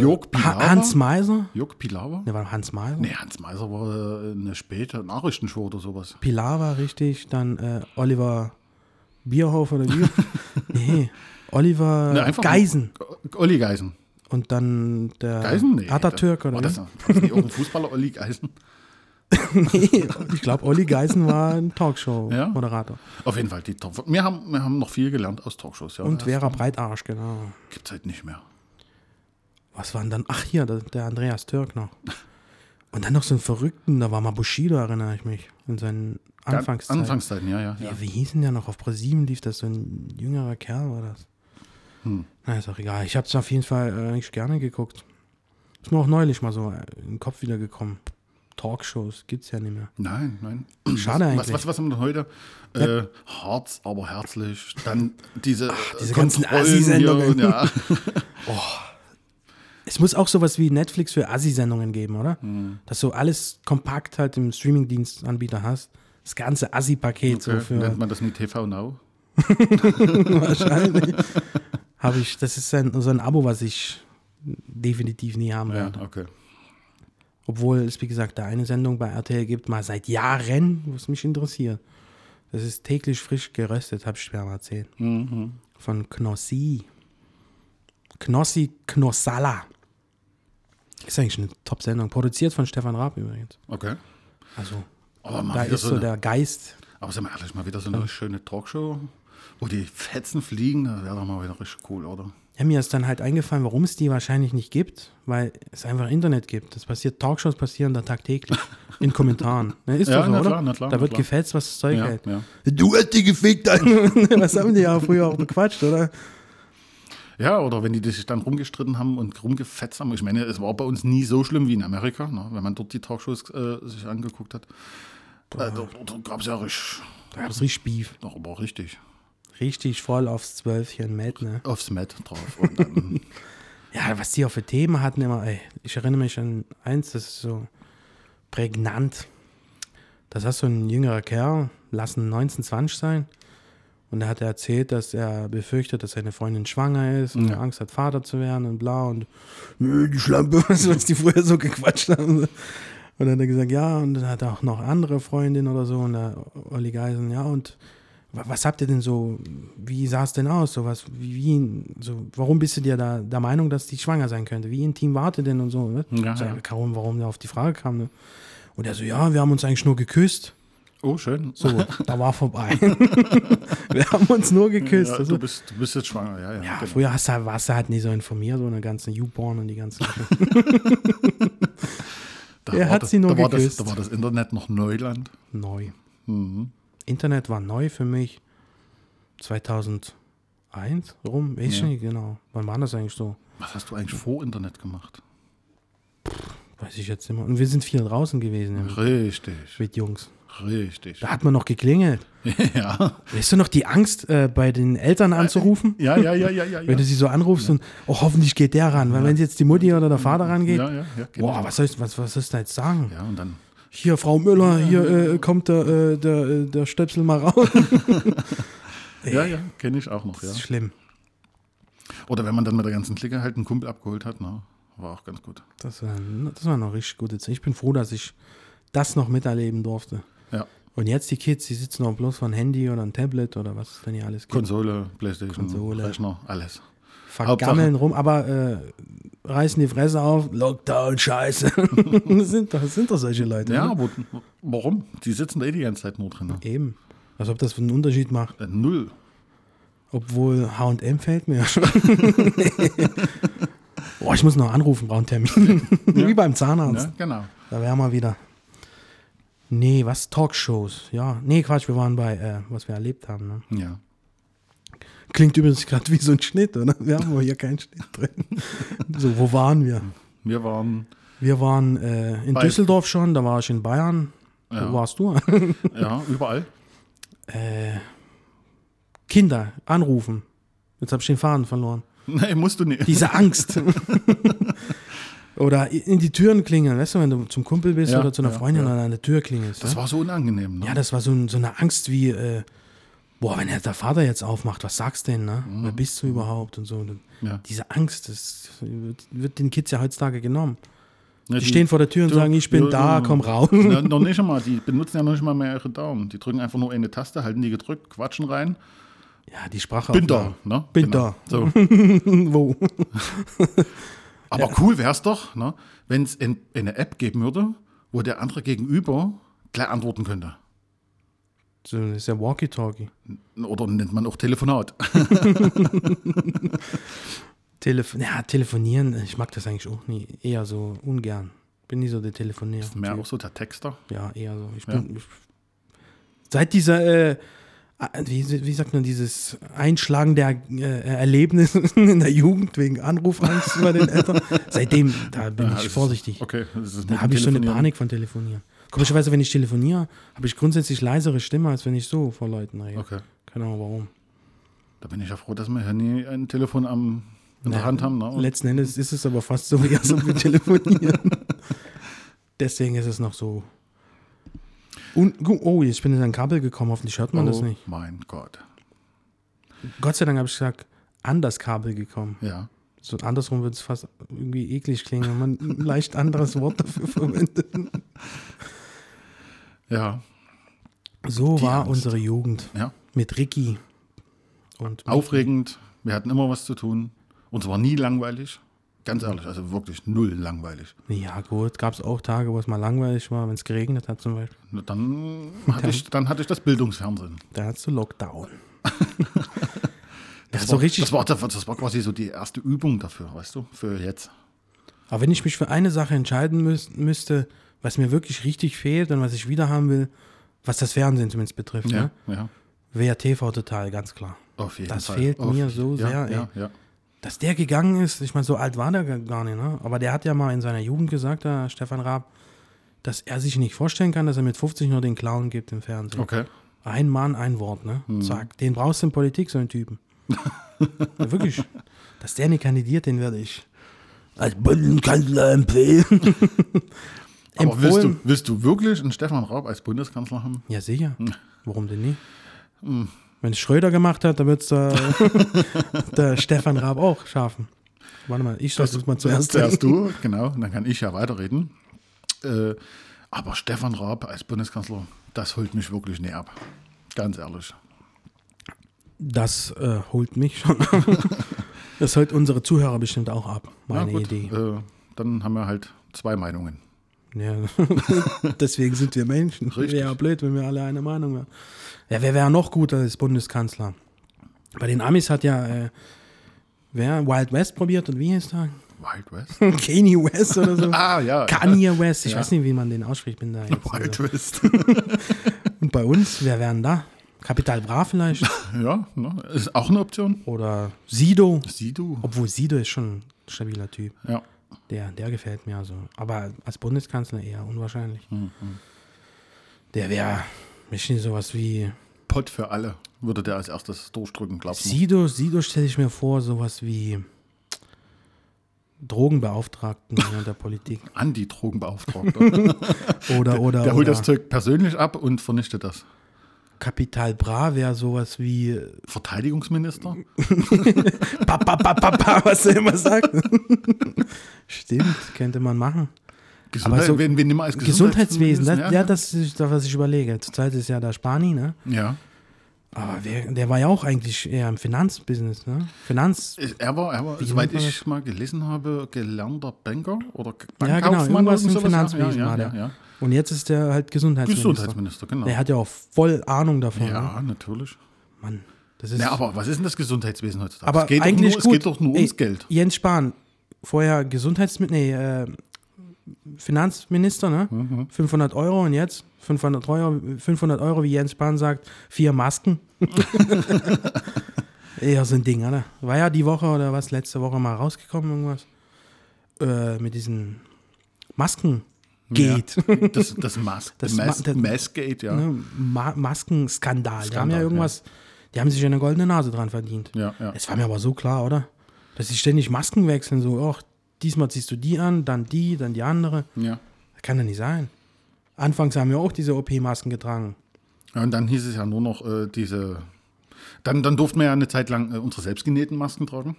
Jörg Pilawa.
ha Hans Meiser.
Jörg Pilawa?
Ne, war Hans Meiser.
Nee, Hans Meiser war äh, eine späte Nachrichtenshow oder sowas.
Pilar war richtig, dann äh, Oliver Bierhoff oder wie? nee, Oliver
Nee, einfach-
Geisen.
Olli Geisen.
Und dann der
Geisen? Nee.
Atatürk
das,
oder
war
wie?
das, war das nicht irgendein Fußballer, Olli Geisen?
Nee, ich glaube, Olli Geisen war ein Talkshow-Moderator.
Auf jeden Fall, die Top. Wir haben, wir haben noch viel gelernt aus Talkshows. Ja.
Und Vera Breitarsch, genau.
Gibt es halt nicht mehr.
Was waren dann? Ach, hier, der, der Andreas Türk noch. Und dann noch so einen Verrückten, da war mal Bushido, erinnere ich mich. In seinen Anfangszeiten.
Anfangszeiten, ja, ja. ja.
Ja, wie hießen der noch? Auf ProSieben lief das, so ein jüngerer Kerl war das.
Hm.
Na, ist auch egal. Ich habe es auf jeden Fall äh, eigentlich gerne geguckt. Ist mir auch neulich mal so äh, in den Kopf wiedergekommen. Talkshows gibt's ja nicht mehr.
Nein, nein.
Schade
was,
eigentlich.
Was, was, was haben wir denn heute? Äh, Harz, aber herzlich. Dann diese, Ach,
diese ganzen Assi-Sendungen.
Ja.
Es muss auch sowas wie Netflix für Assi-Sendungen geben, oder?
Hm.
Dass du alles kompakt halt im Streamingdienstanbieter hast. Das ganze Assi-Paket so
Okay.
für
Äh, Nennt man das nicht TV Now?
wahrscheinlich. Habe ich, das ist ein, so ein Abo, was ich definitiv nie haben werde.
Ja, okay.
Obwohl es, wie gesagt, da eine Sendung bei RTL gibt, mal seit Jahren, was mich interessiert. Das ist täglich frisch geröstet, hab ich mir mal erzählt.
Mhm.
Von Knossi. Knossi Knossala. Ist eigentlich eine Top-Sendung. Produziert von Stefan Raab übrigens.
Okay.
Also,
Aber oh, mal
da
wieder
ist
so
so
eine-
der Geist.
Aber sind wir ehrlich, mal wieder so eine schöne Talkshow, wo die Fetzen fliegen, das wäre doch mal wieder richtig cool, oder?
Ja, mir ist dann halt eingefallen, warum es die wahrscheinlich nicht gibt, weil es einfach Internet gibt. Das passiert, Talkshows passieren da tagtäglich in Kommentaren. Ne, ist
Ja,
doch so,
na
oder?
klar, na klar,
da
na
wird
klar.
gefetzt, was das Zeug
Ja,
hält.
ja.
Du hast die gefickt, Was haben die ja früher auch bequatscht, oder?
Ja, oder wenn die sich dann rumgestritten haben und rumgefetzt haben. Ich meine, es war bei uns nie so schlimm wie in Amerika, ne? wenn man dort die Talkshows äh, sich angeguckt hat. Äh, dort dort gab es ja richtig,
Da gab's richtig Beef.
doch aber richtig,
Richtig voll aufs Zwölfchen Matt, ne?
aufs Met drauf. Und dann,
Ja, was die auch für Themen hatten immer, ey. Ich erinnere mich an eins, das ist so prägnant. Das hast so ein jüngerer Kerl, lassen 19, 20 sein. Und da hat er erzählt, dass er befürchtet, dass seine Freundin schwanger ist und
Ja.
Angst hat, Vater zu werden und bla und "Nö, die Schlampe, was, was die vorher so gequatscht haben. Und dann hat er gesagt, ja, und dann hat er auch noch andere Freundin oder so und der Olli Geisen, ja, und wa- was habt ihr denn so, wie sah es denn aus, so was, wie, wie so, warum bist du dir da der Meinung, dass die schwanger sein könnte, wie intim warte denn und so, ne?
Ja,
so,
ja.
Kaum, warum der auf die Frage kam, ne? Und er so, ja, wir haben uns eigentlich nur geküsst.
oh, schön.
So, da war vorbei. wir haben uns nur geküsst.
ja,
also,
du, bist, du bist jetzt schwanger, ja, ja.
ja,
genau.
früher hast du, halt- warst du halt nicht so informiert, so eine ganzen Newborn und die ganzen.
Da
er
war
hat
das-
sie nur
da war das,
geküsst.
da war das Internet noch Neuland.
neu.
Mhm.
Internet war neu für mich 2001 rum, weiß ich
Ja.
nicht genau. Wann war das eigentlich so?
Was hast du eigentlich vor Internet gemacht?
Weiß ich jetzt immer. Und wir sind viel draußen gewesen ja,
Richtig,
mit Jungs.
richtig.
Da hat man noch geklingelt.
Ja.
Weißt du noch die Angst, äh, bei den Eltern anzurufen?
Ja, ja, ja, ja, ja.
Wenn du sie so anrufst und oh, hoffentlich geht der ran, weil wenn jetzt die Mutti oder der Vater rangeht,
ja, ja, ja, genau.
boah, was soll ich, was, was sollst du da jetzt sagen?
ja, und dann
Hier, Frau Müller, hier äh, kommt der, äh, der, äh, der Stöpsel mal raus.
Ja, ja, kenne ich auch noch,
Das
ja.
ist schlimm.
Oder wenn man dann mit der ganzen Clique halt einen Kumpel abgeholt hat, ne? War auch ganz gut.
Das war, das war noch richtig gute Zeit. Ich bin froh, dass ich das noch miterleben durfte.
Ja.
Und jetzt die Kids, die sitzen auch bloß von Handy oder ein Tablet oder was es denn hier alles gibt.
Konsole, Playstation,
Konsole.
Rechner, alles.
Vergammeln rum, aber äh, reißen die Fresse auf. Lockdown, scheiße. das, sind doch, das sind doch solche Leute. ne?
Ja,
oder?
wo, warum? Die sitzen da eh die ganze Zeit nur drin. Ne?
Eben. Als ob das einen Unterschied macht.
Äh, null.
Obwohl HM fällt mir ja schon. Boah, ich muss noch anrufen, brauchen Termin. Wie beim Zahnarzt.
Ne? Genau.
Da wären wir wieder. Nee, was? Talkshows. Ja. Nee, Quatsch, wir waren bei, äh, was wir erlebt haben. Ne?
Ja.
Klingt übrigens gerade wie so ein Schnitt, oder? Wir haben wohl hier keinen Schnitt drin. So, wo waren wir?
Wir waren,
Wir waren äh, in
Bei-
Düsseldorf schon, da war ich in Bayern. Wo warst du?
ja, überall.
Kinder, anrufen. Jetzt habe ich den Faden verloren.
Nee, musst du nicht.
Diese Angst. oder in die Türen klingeln, weißt du, wenn du zum Kumpel bist
Ja,
oder zu einer
ja,
Freundin
ja.
oder an der Tür klingelst.
Das
ja?
war so unangenehm. Ne?
ja, das war so, ein, so eine Angst wie, äh, boah, wenn der Vater jetzt aufmacht, was sagst du denn, ne? Wer bist du überhaupt und so. Und
Mhm. Ja.
Diese Angst, das wird, wird den Kids ja heutzutage genommen.
Mhm. Ja, genau. Mhm.
Die stehen vor der Tür und
du-
sagen, ich bin
du-
da,
du-
komm raus.
Na, noch nicht einmal, die benutzen ja noch nicht mal mehr ihre Daumen. Die drücken einfach nur eine Taste, halten die gedrückt, quatschen rein.
Ja, die Sprache.
Bin da. Ne?
Bin
So.
Wo?
Aber cool wäre es doch, ne? wenn es eine App geben würde, wo der andere gegenüber gleich antworten könnte.
So, das ist ja Walkie-Talkie.
Oder nennt man auch Telefonat.
Telef ja, telefonieren, ich mag das eigentlich auch nie. Eher so ungern. Bin nie so der Telefonierer.
Mehr auch so der Texter.
Ja, eher so. Ich bin, ich, seit dieser, äh, äh, wie, wie sagt man, dieses Einschlagen der äh, Erlebnisse in der Jugend wegen Anrufangst bei den Eltern, seitdem, da bin
Ja, das
ich
ist-
vorsichtig.
Okay, das ist
Da habe ich so eine Panik von Telefonieren. Komischerweise, wenn ich telefoniere, habe ich grundsätzlich leisere Stimme, als wenn ich so vor Leuten rede.
Okay.
Keine Ahnung warum.
Da bin ich ja froh, dass wir hier nie ein Telefon am, in der
Ja,
Hand haben. Ne? Und
Letzten Endes ist es aber fast so wie so mit Telefonieren. Deswegen ist es noch so. Un gu- oh, ich bin in ein Kabel gekommen, hoffentlich hört man das
oh
nicht.
Mein Gott.
Gott sei Dank habe ich gesagt, an das Kabel gekommen.
Ja.
So andersrum würde es fast irgendwie eklig klingen, wenn man ein leicht anderes Wort dafür verwendet.
Ja.
So
Die
war
Angst.
unsere Jugend
Ja.
mit Ricky. Und
Aufregend. Wir hatten immer was zu tun. Uns war nie langweilig. Ganz ehrlich, also wirklich null langweilig.
ja, gut, gab es auch Tage, wo es mal langweilig war, wenn es geregnet hat zum Beispiel.
Nur Dann hatte, ich, dann hatte ich das Bildungsfernsehen.
Da hattest du Lockdown.
Das,
Ja,
war, das, war, das war quasi so die erste Übung dafür, weißt du, für jetzt.
Aber wenn ich mich für eine Sache entscheiden müß, müsste, was mir wirklich richtig fehlt und was ich wieder haben will, was das Fernsehen zumindest betrifft, ne?
ja.
wäre TV total, ganz klar.
Auf jeden
Das
Fall.
fehlt
Auf-
mir so
ja,
sehr, ey.
Ja, ja.
Dass der gegangen ist, ich meine, so alt war der gar- gar nicht, ne? aber der hat ja mal in seiner Jugend gesagt, der Stefan Raab, dass er sich nicht vorstellen kann, dass er mit 50 nur den Clown gibt im Fernsehen.
Okay.
Ein Mann, ein Wort, ne? Zack. Den brauchst du in Politik, so einen Typen. ja, wirklich. Dass der nicht kandidiert, den werde ich als Bundeskanzler empfehlen.
Aber willst du, willst du wirklich einen Stefan Raab als Bundeskanzler haben?
Ja, sicher. Warum denn nicht? Wenn es Schröder gemacht hat, dann wird es der, der Stefan Raab auch schaffen. Warte mal, ich sollte es mal zuerst sagen.
Zuerst du, genau. Und dann kann ich ja weiterreden. Äh, aber Stefan Raab als Bundeskanzler, das holt mich wirklich nicht ab. Ganz ehrlich.
Das äh, holt mich schon. das holt unsere Zuhörer bestimmt auch ab.
Na
Meine
gut,
Idee.
Äh, dann haben wir halt zwei Meinungen.
Ja. Deswegen sind wir Menschen.
Richtig.
Wäre ja blöd, wenn wir alle eine Meinung wären. Ja, wer wäre noch gut als Bundeskanzler? Bei den Amis hat ja äh, wer Wild West probiert und wie hieß der?
Wild West?
Kanye West oder so.
Ah, ja.
Kanye West, ich
Ja.
weiß nicht, wie man den ausspricht, bin da jetzt.
Wild
Also.
West.
Und bei uns, wer wären da? Kapital Bra vielleicht
ja, ne? ist auch eine Option.
oder Sido,
Sieh du.
obwohl Sido ist schon ein stabiler Typ.
Ja.
Der, der gefällt mir also, aber als Bundeskanzler eher unwahrscheinlich. Der wäre bestimmt sowas wie
Pott für alle würde der als erstes durchdrücken, glaubst du?
Sido, Sido stelle ich mir vor, sowas wie Drogenbeauftragten in der Politik
Anti-Drogenbeauftragter.
oder oder
der holt
oder
das Zeug persönlich ab und vernichtet das.
Kapital Bra wäre sowas wie äh,
Verteidigungsminister?
Papa, Papa, Papa, was er immer sagt. Stimmt, könnte man machen.
Gesundheit,
so-
wen, wen nehmen wir als
Gesundheitswesen, das, ja,
ja,
das ist das, was ich überlege. Zurzeit ist ja da Spani, ne?
ja.
Aber wer, der war ja auch eigentlich eher im Finanzbusiness, ne? Finanz.
Er war, er war soweit
nennt man
ich mal gelesen habe, gelernter Banker oder K-
Ja, genau, irgendwas
Bankkaufmann
im
oder irgend sowas.
Finanzwesen
ja,
war
ja,
der.
ja, ja.
Und jetzt ist der halt Gesundheitsminister.
Gesundheitsminister, genau.
Der hat ja auch voll Ahnung davon. Ne?
Ja, natürlich.
Mann, das ist.
Ja, aber was ist denn das Gesundheitswesen heutzutage?
aber
es geht
eigentlich
doch
gut.
nur, Es geht doch nur ums
Ey,
Geld.
Jens Spahn, vorher Gesundheitsminister, nee, äh, Finanzminister, ne?
Mhm.
500 Euro und jetzt 500 Euro, 500 Euro, wie Jens Spahn sagt, vier Masken. Eher so ein Ding, oder? War ja die Woche oder was, letzte Woche mal rausgekommen, irgendwas. Äh, mit diesen Masken. Geht.
Ja. Das, das, Mas
Das Ma-
Mas
das-
Massgate, ja.
Ne? Ma Maskenskandal. Die haben ja
Skandal,
irgendwas, die haben sich ja eine goldene Nase dran verdient.
Ja, ja.
Das war mir aber so klar, oder? Dass sie ständig Masken wechseln, so, ach, diesmal ziehst du die an, dann die, dann die andere.
ja.
Das kann doch nicht sein. Anfangs haben wir auch diese OP-Masken getragen.
Ja, und dann hieß es ja nur noch äh, diese. Dann, dann durften wir ja eine Zeit lang äh, unsere selbstgenähten Masken tragen.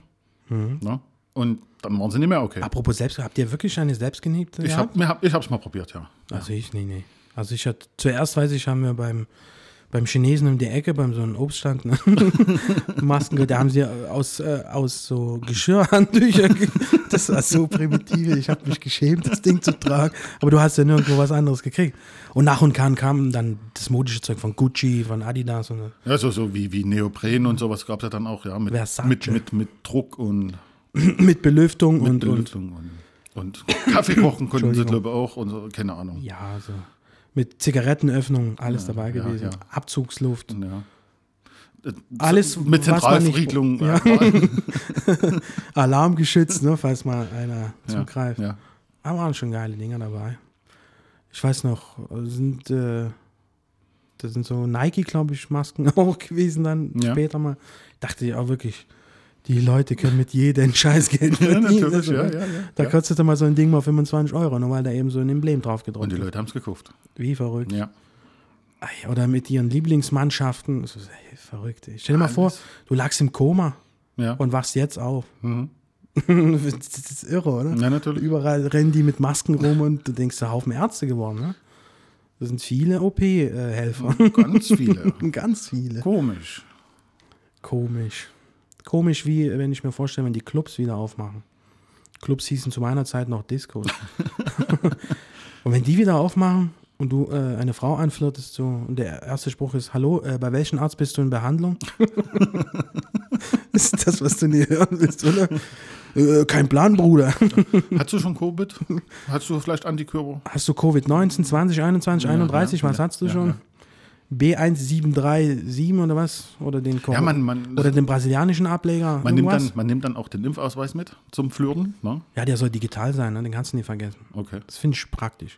Mhm.
Ne? Und dann waren sie nicht mehr okay.
Apropos selbst, habt ihr wirklich eine selbstgenähte?
ich, hab, mir hab, ich hab's mal probiert, ja.
Also ich, nee, nee. Also ich hatte, zuerst weiß ich, haben wir beim, beim Chinesen um die Ecke, beim so einem Obststand, ne? Masken, ge- da haben sie aus, äh, aus so Geschirrhandtücher, ge- das war so primitiv, ich habe mich geschämt, das Ding zu tragen, aber du hast ja nirgendwo was anderes gekriegt. Und nach und kann kam dann das modische Zeug von Gucci, von Adidas und äh, so.
Ja, so, so wie, wie Neopren und sowas gab's ja dann auch, ja. Mit,
Versace.
mit, mit, mit Druck und
mit Belüftung und, und,
Belüftung und, und Kaffee kochen konnten sie, glaube ich, auch. Und so, keine Ahnung.
ja, so. Mit Zigarettenöffnung, alles dabei
ja,
gewesen.
ja.
Abzugsluft.
Ja. Äh,
Alles,
mit
was man nicht-
Zentralverriegelung.
Ja.
äh,
Alarmgeschützt, ne, falls mal einer
ja,
zugreift.
ja.
Da Ah, waren schon geile Dinger dabei. Ich weiß noch, sind, äh, da sind so Nike, glaube ich, Masken auch gewesen dann
Ja.
später mal. Dachte ich auch wirklich, die Leute können mit jedem Scheiß Geld
Ja,
verdienen.
natürlich,
Also,
ja,
ne?
ja, ja.
Da
ja.
kostete mal so ein Ding mal 25 Euro, nur weil da eben so ein Emblem drauf
Und
gedruckt
die
ist.
Leute haben's gekauft.
Wie verrückt.
Ja.
Ei, Oder mit ihren Lieblingsmannschaften. Das ist, ey, verrückt. ey. Stell dir mal vor,
Alles.
du lagst im Koma
Ja.
und wachst jetzt auf. das ist irre, oder?
Mhm. ja, natürlich.
Überall rennen die mit Masken rum und du denkst, da Haufen Ärzte geworden, ne? Das sind viele OP-Helfer.
Ganz viele.
Ganz viele.
Komisch.
Komisch. Komisch, wie äh, wenn ich mir vorstelle, wenn die Clubs wieder aufmachen. Clubs hießen zu meiner Zeit noch Discos. und wenn die wieder aufmachen und du äh, eine Frau anflirtest so, und der erste Spruch ist, hallo, äh, bei welchem Arzt bist du in Behandlung? ist das, was du nie hören willst, oder? Äh, kein Plan, Bruder.
Hattest du schon Covid? Hattest du vielleicht Antikörper?
Hast du Covid-19, 20, 21, 31,
ja,
was
ja,
hast du
ja,
schon?
ja.
B1737 oder was? Oder den Cor
Ja, man- man-
Oder den brasilianischen Ableger.
Man nimmt,
irgendwas?
dann, man nimmt dann auch den Impfausweis mit zum Flirten. Ne?
ja, der soll digital sein, ne? den kannst du nie vergessen.
Okay.
Das finde ich praktisch.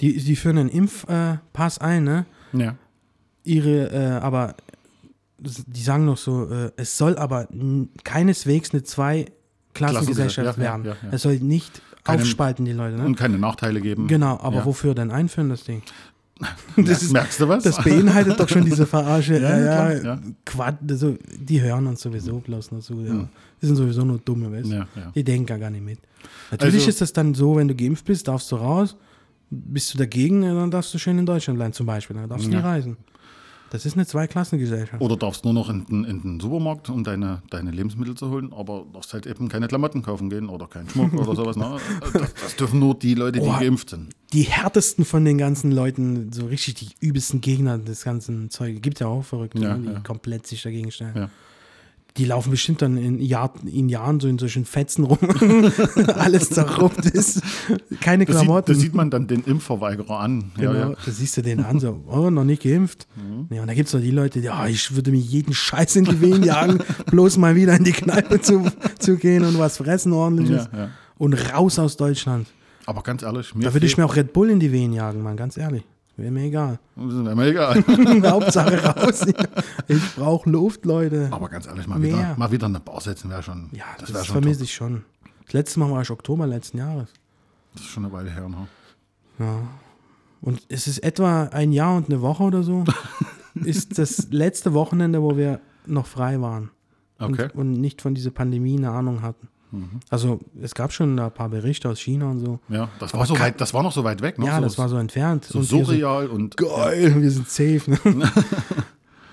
Die, die führen einen Impfpass äh, Pass ein, ne?
Ja.
Ihre, äh, aber s- die sagen noch so, äh, es soll aber n- keineswegs eine Zweiklassengesellschaft
Klassengesellschaft, ja,
werden.
ja, ja, ja.
Es soll nicht
Keine-
aufspalten, die Leute, ne?
Und keine Nachteile geben.
Genau, aber
ja.
wofür denn einführen das Ding?
Merk- merkst du was?
Das beinhaltet doch schon diese Verarsche.
Ja,
ja, ja,
ja, klar, ja.
Quatsch, also, die hören uns sowieso bloß nur zu. Ja. Die sind sowieso nur dumme, weißt du?
Ja, ja.
Die denken ja gar nicht mit. Natürlich
Also-
ist das dann so, wenn du geimpft bist, darfst du raus. Bist du dagegen, ja, dann darfst du schön in Deutschland bleiben, zum Beispiel. Dann darfst du
Ja.
nicht reisen. Das ist eine Zweiklassengesellschaft.
Oder darfst nur noch in den, in den Supermarkt, um deine, deine Lebensmittel zu holen, aber darfst halt eben keine Klamotten kaufen gehen oder keinen Schmuck oder sowas. Ne? Das, das dürfen nur die Leute, die
Oha.
geimpft sind.
Die härtesten von den ganzen Leuten, so richtig die übelsten Gegner des ganzen Zeugs, gibt ja auch Verrückte,
Ja,
ne, die
ja.
komplett sich dagegen stellen.
Ja.
Die laufen bestimmt dann in, Jahr, in Jahren so in solchen Fetzen rum. Alles zerruppt ist. Keine
Das sieht,
Klamotten.
das sieht man dann den Impfverweigerer an.
genau,
Ja, Mhm. ja.
Da siehst du den an, so, oh, noch nicht geimpft. Ja, und da gibt es doch die Leute, die, ah, ich würde mir jeden Scheiß in die Wehen jagen, bloß mal wieder in die Kneipe zu, zu gehen und was fressen ordentliches.
Ja, ja.
Und raus aus Deutschland.
Aber ganz ehrlich, mir
Da würde ich
fehlt-
mir auch Red Bull in die Wehen jagen, Mann, ganz ehrlich. Wäre mir egal.
Das ist mir egal.
Hauptsache raus. Ich brauche Luft, Leute.
Aber ganz ehrlich, mal
Mehr.
wieder, mal wieder eine Bar setzen wäre schon.
Ja, das,
wäre schon
vermisse
top.
ich schon. Das letzte Mal war ich Oktober letzten Jahres.
Das ist schon eine Weile her. Ne?
Und es ist etwa ein Jahr und eine Woche oder so, ist das letzte Wochenende, wo wir noch frei waren.
Okay. Mhm.
Und, und nicht von dieser Pandemie eine Ahnung hatten. Also es gab schon da ein paar Berichte aus China und so.
Ja, das war, so weit, das war noch so weit weg. Ne?
Ja,
so,
das war so entfernt.
so
und wir
surreal und.
geil, wir sind safe. Ne?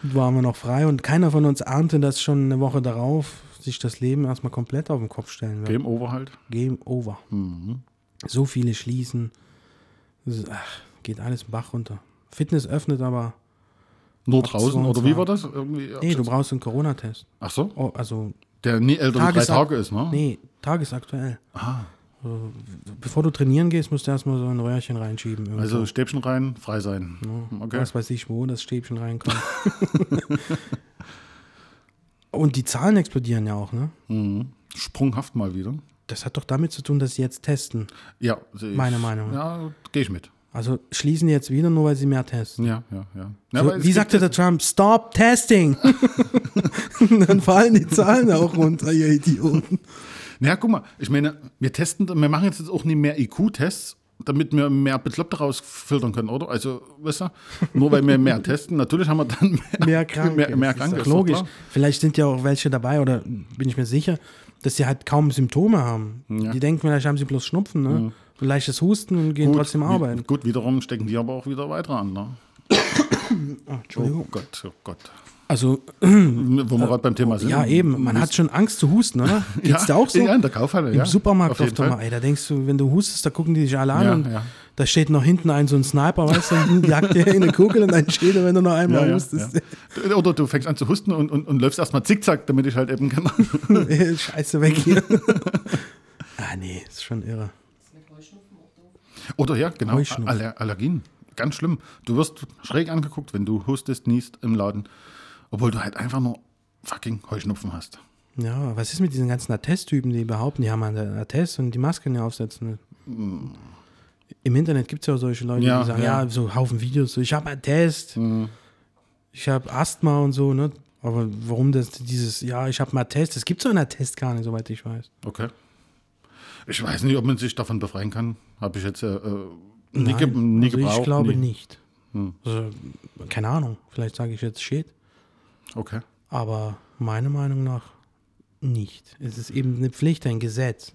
Waren wir noch frei und keiner von uns ahnte, dass schon eine Woche darauf sich das Leben erstmal komplett auf den Kopf stellen wird.
Game Over halt.
Game over.
Mhm.
So viele schließen. Das ist- Ach, geht alles den Bach runter. Fitness öffnet aber.
Nur draußen. Oder wie
22.
war das? Irgendwie
Nee, du brauchst einen Corona-Test.
Ach so?
Oh, also,
Der nie älter als drei
Tagesakt-
Tage ist, ne? Ah.
nee, tagesaktuell. Also, bevor du trainieren gehst, musst du erstmal so ein Röhrchen reinschieben. Irgendwo.
Also Stäbchen rein, frei sein. Okay.
was weiß ich, wo das Stäbchen reinkommt. Und die Zahlen explodieren ja auch, ne?
Mhm. Sprunghaft mal wieder.
Das hat doch damit zu tun, dass sie jetzt testen.
Ja, sehe ich.
Meine Meinung.
Ja, gehe ich mit.
Also schließen die jetzt wieder, nur weil sie mehr testen.
Ja, ja, ja.
So,
ja aber es
wie
gibt
sagte der Trump? Stop testing! Dann fallen die Zahlen auch runter, ihr Idioten.
Ja, guck mal, ich meine, wir testen, wir machen jetzt auch nicht mehr IQ-Tests, damit wir mehr Bekloppte rausfiltern können, oder? Also, weißt du, nur weil wir mehr testen, natürlich haben wir dann mehr,
Mehr krank.
Mehr, mehr
Das
krank
ist
ist
doch
doch
logisch.
klar.
Vielleicht sind ja auch welche dabei, oder bin ich mir sicher, dass sie halt kaum Symptome haben. Die denken, vielleicht haben sie bloß Schnupfen, ne? So leichtes Husten und gehen
Gut,
trotzdem
wie-
arbeiten.
Gut, wiederum stecken die aber auch wieder weiter an, ne? Oh
Entschuldigung.
Gott, oh Gott.
Also,
Wo wir gerade beim Thema sind.
ja, eben. Man hat schon Angst zu husten, oder? Geht's dir auch so?
Mm. Ja, in der Kaufhalle,
Im
ja.
Supermarkt
Auf
auf
jeden
der
Fall.
Mal, ey, da denkst du, wenn du hustest, da gucken die dich alle an
Ja,
und
ja.
da steht noch hinten ein so ein Sniper, weißt du, und jagt dir eine Kugel in deinen Schädel, wenn du noch einmal
Ja, ja,
hustest.
ja. Oder du fängst an zu husten und, und, und läufst erstmal zickzack, damit ich halt eben kann.
Ey, Scheiße weg hier. ah, nee, ist schon irre.
Ist mit Heuschnupfen auch doof.
Oder ja, genau.
Heuschnupfen.
Aller Allergien. Ganz schlimm. Du wirst schräg angeguckt, wenn du hustest, niest im Laden, obwohl du halt einfach nur fucking Heuschnupfen hast.
Ja, was ist mit diesen ganzen Attesttypen, die behaupten, die haben einen Attest und die Masken ja aufsetzen? Im Internet gibt es ja auch solche Leute,
Mm. Ja,
die sagen, ja.
ja. Mm.
so Haufen Videos, so, ich habe Attest, ich habe Asthma und so, ne? Aber warum das dieses, ja, ich habe einen Attest, es gibt so einen Attest gar nicht, soweit ich weiß.
Okay. Ich weiß nicht, ob man sich davon befreien kann. Habe ich jetzt äh, äh, nie, ge nie
also
gebraucht.
ich glaube
nie. Hm.
nicht. Also, keine Ahnung, vielleicht sage ich jetzt Shit,
Okay.
aber meiner Meinung nach nicht. Es ist eben eine Pflicht, ein Gesetz.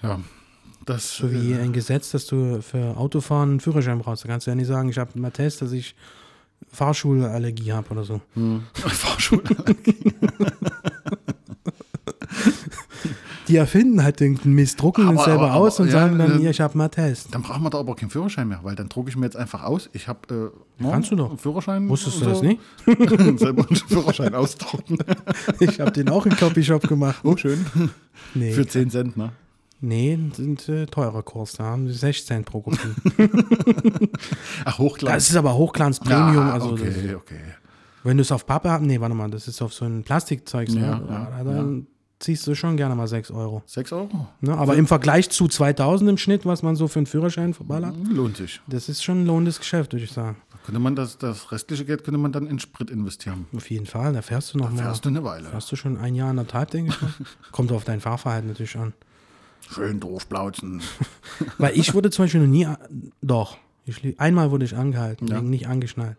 Ja. Das, äh,
So wie ein Gesetz, dass du für Autofahren einen Führerschein brauchst. Da kannst du ja nicht sagen, ich habe einen Attest, dass ich Fahrschulallergie habe oder so.
Fahrschule.
Die erfinden halt irgendeinen Mist, drucken
Aber-
den selber
aber-
aus und
aber-
sagen
ja,
dann,
äh,
hier, ich habe einen Attest.
Dann brauchen wir da aber keinen Führerschein mehr, weil dann drucke ich mir jetzt einfach aus. Ich habe äh, morgen
Kannst du doch.
einen Führerschein.
Wusstest
und
du das
so.
nicht?
Selber einen Führerschein ausdrucken.
Ich habe den auch im Copyshop gemacht.
Oh, schön.
Nee,
Für 10 Cent, ne?
nee das sind äh, teurer Kurs. Da haben sie 6 Cent pro Kopie.
Ach, Hochglanz.
Das ist aber Hochglanz Premium.
Ah,
also das,
okay, okay.
wenn du es auf Pappe hast, nee, warte mal, das ist auf so ein Plastikzeug.
Ja,
ne?
ja,
dann ziehst du schon gerne mal 6 Euro.
6 Euro?
Ne? Aber im Vergleich zu 2000 im Schnitt, was man so für einen Führerschein verballert,
Lohnt sich.
Das ist schon ein lohnendes Geschäft, würde ich sagen.
Da könnte man das, das restliche Geld könnte man dann in Sprit investieren.
Auf jeden Fall, da fährst du noch mal.
Fährst du eine Weile.
Fährst du schon ein Jahr, anderthalb, denke ich mal. Kommt auf dein Fahrverhalten natürlich an.
Schön draufblauzen.
Weil ich wurde zum Beispiel noch nie, a- doch, ich, lie- einmal wurde ich angehalten, wegen nicht angeschnallt.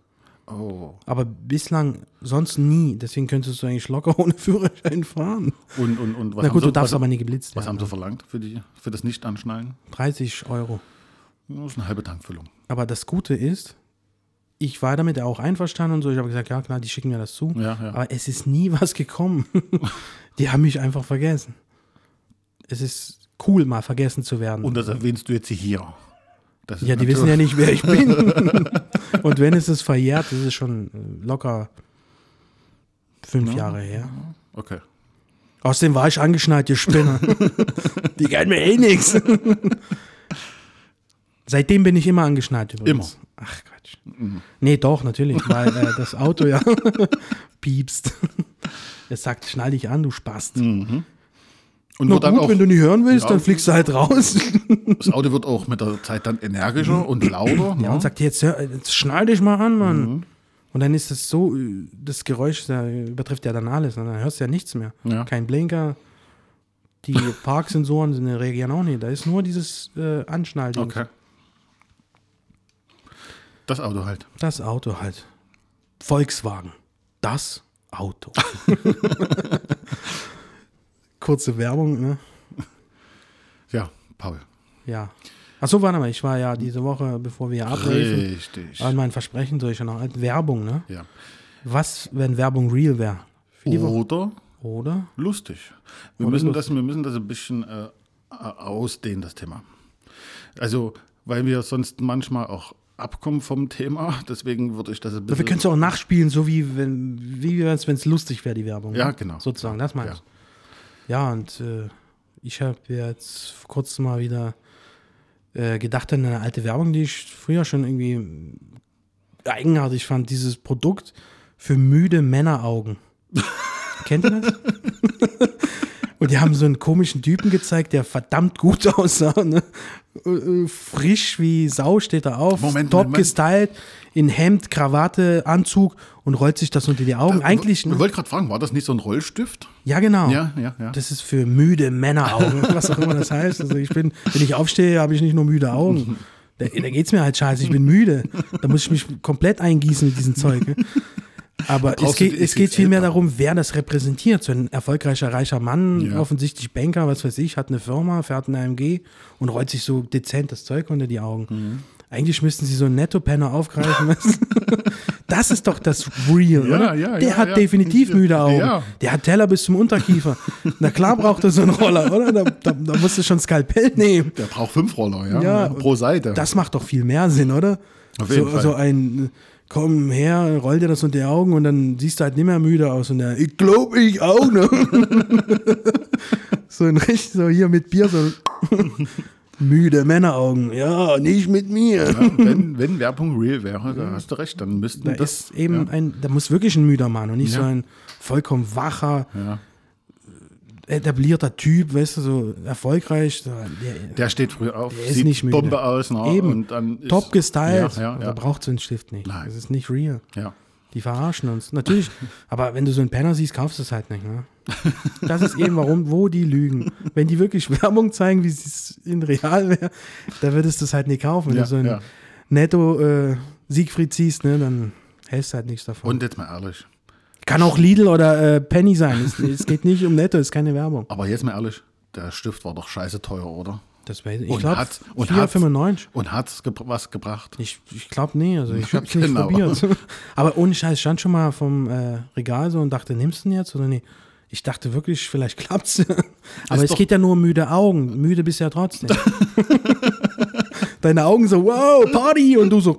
Oh.
Aber bislang sonst nie, deswegen könntest du eigentlich locker ohne Führerschein fahren.
Und, und, und was
Na
haben
gut,
sie,
du darfst
was,
aber nie geblitzt
Was
werden.
haben sie verlangt für, die, für das Nicht-Anschnallen?
30 Euro.
Das ist eine halbe Tankfüllung.
Aber das Gute ist, ich war damit auch einverstanden und so. Ich habe gesagt, ja klar, die schicken mir das zu.
Ja, ja.
Aber es ist nie was gekommen. die haben mich einfach vergessen. Es ist cool, mal vergessen zu werden.
Und das erwähnst du jetzt hier. Das ist
ja, die
natürlich-
wissen ja nicht, wer ich bin. und wenn es ist verjährt, das ist schon äh, locker fünf Jahre her.
Okay.
Außerdem war ich angeschnallt, ihr Spinner. die kennen mir eh nichts. Seitdem bin ich immer angeschnallt übrigens. Immer. Ach Quatsch. Nee, doch, natürlich, weil äh, das Auto ja piepst. Es sagt, schnall dich an, du Spast.
Und
Na
wird Mhm. dann
gut,
auch,
wenn du nicht hören willst,
Ja.
dann fliegst du halt raus.
das Auto wird auch mit der Zeit dann energischer und lauter.
Ja, und
ne?
sagt, jetzt, hör, jetzt schnall dich mal an, Mann.
Mhm.
Und dann ist das so, äh, das Geräusch da übertrifft ja dann alles. ne? Dann hörst du ja nichts mehr.
Ja.
Kein Blinker. Die Parksensoren sind- reagieren auch nicht. Da ist nur dieses äh, Anschnallen.
Okay. Das Auto halt.
Das Auto halt. Volkswagen. Das Auto. Kurze Werbung, ne?
Ja, Paul.
Ja. Achso, warte mal, ich war ja diese Woche, bevor wir abbrechen,
Richtig.
an mein Versprechen soll ich ja noch. Werbung, ne?
Ja.
Was, wenn Werbung real wäre? Für die Woche.
Oder
Oder?
lustig. Wir müssen, Das, wir müssen das ein bisschen äh, ausdehnen, das Thema. Also, weil wir sonst manchmal auch abkommen vom Thema, deswegen würde ich das ein
Wir
bisschen.
können es auch nachspielen, so wie wenn wie es, wenn es lustig wäre, die Werbung.
Ja,
ne?
genau.
Sozusagen, das meine
Ja.
ich. Ja, und äh, ich habe jetzt vor kurzem mal wieder äh, gedacht an eine alte Werbung, die ich früher schon irgendwie eigenartig fand. Dieses Produkt für müde Männeraugen. Kennt ihr das? Und die haben so einen komischen Typen gezeigt, der verdammt gut aussah. Ne? Äh, äh, Frisch wie Sau steht er auf,
Moment,
top
Moment.
gestylt, in Hemd, Krawatte, Anzug und rollt sich das unter die Augen. Eigentlich,
Äh, Ich
ne?
wollte gerade fragen, war das nicht so ein Rollstift?
ja genau.
Ja, ja, ja.
Das ist für müde Männeraugen, was auch immer das heißt. Also ich bin, wenn ich aufstehe, habe ich nicht nur müde Augen. Da, da geht es mir halt scheiße, ich bin müde. Da muss ich mich komplett eingießen mit diesem Zeug. Ne? Aber es
brauchst du
geht,
die
es geht vielmehr
XXL-Packung.
darum, wer das repräsentiert. So ein erfolgreicher, reicher Mann,
Ja.
offensichtlich Banker, was weiß ich, hat eine Firma, fährt ein AMG und rollt sich so dezent das Zeug unter die Augen.
Mhm.
Eigentlich müssten sie so einen Netto-Penner aufgreifen. das ist doch das Real,
Ja,
oder?
ja,
Der
ja,
hat
ja.
definitiv müde Augen.
Ja.
Der hat Teller bis zum Unterkiefer. Na klar braucht er so einen Roller, oder? Da, da, da musst du schon Skalpell nehmen.
Der braucht fünf Roller, ja, Äh,
Ja,
pro Seite.
Das macht doch viel mehr Sinn, oder?
Auf jeden
so,
Fall.
so ein, komm her, roll dir das unter die Augen und dann siehst du halt nicht mehr müde aus. Und der, ich glaube, ich auch noch. so ein richtig, so hier mit Bier, so müde Männeraugen. Ja, nicht mit mir.
ja, wenn, wenn Werbung real wäre, da hast du recht, dann müssten
Da
das
Mhm. ist eben ein, da muss wirklich ein müder Mann und nicht
Ja.
so ein vollkommen wacher,
Ja.
etablierter Typ, weißt du, so erfolgreich. So, der,
Der steht früh auf,
Der ist
sieht
nicht müde.
Bombe aus. Ne?
Eben.
Und dann ist,
top gestylt.
Ja, ja,
Da
ja,
braucht so einen Stift nicht.
Nein.
Das ist nicht real.
ja.
Die verarschen uns. Natürlich, aber wenn du so einen Penner siehst, kaufst du es halt nicht. Ne? Das ist eben, warum, wo die lügen. Wenn die wirklich Werbung zeigen, wie es in real wäre, dann würdest du es halt nicht kaufen. Wenn
Ja,
du so einen
ja.
netto äh, Siegfried siehst, ne, dann hältst du halt nichts davon.
Und jetzt mal ehrlich,
Kann auch Lidl oder äh, Penny sein. Es, es geht nicht um Netto, es ist keine Werbung.
aber jetzt mal ehrlich, der Stift war doch scheiße teuer, oder?
Das weiß ich.
Und
Ich glaube,
hat's- und
4,95.
Und hat's gebr- was gebracht?
Ich, ich glaube, nee, also ich habe es nicht
Genau.
probiert. Aber ohne Scheiß, ich stand schon mal vom äh, Regal so und dachte, nimmst du ihn jetzt oder nee? Ich dachte wirklich, vielleicht klappt's. Aber
Ist
es
doch-
geht ja nur um müde Augen. Müde bist du ja trotzdem. Deine Augen so, wow, Party! Und du so.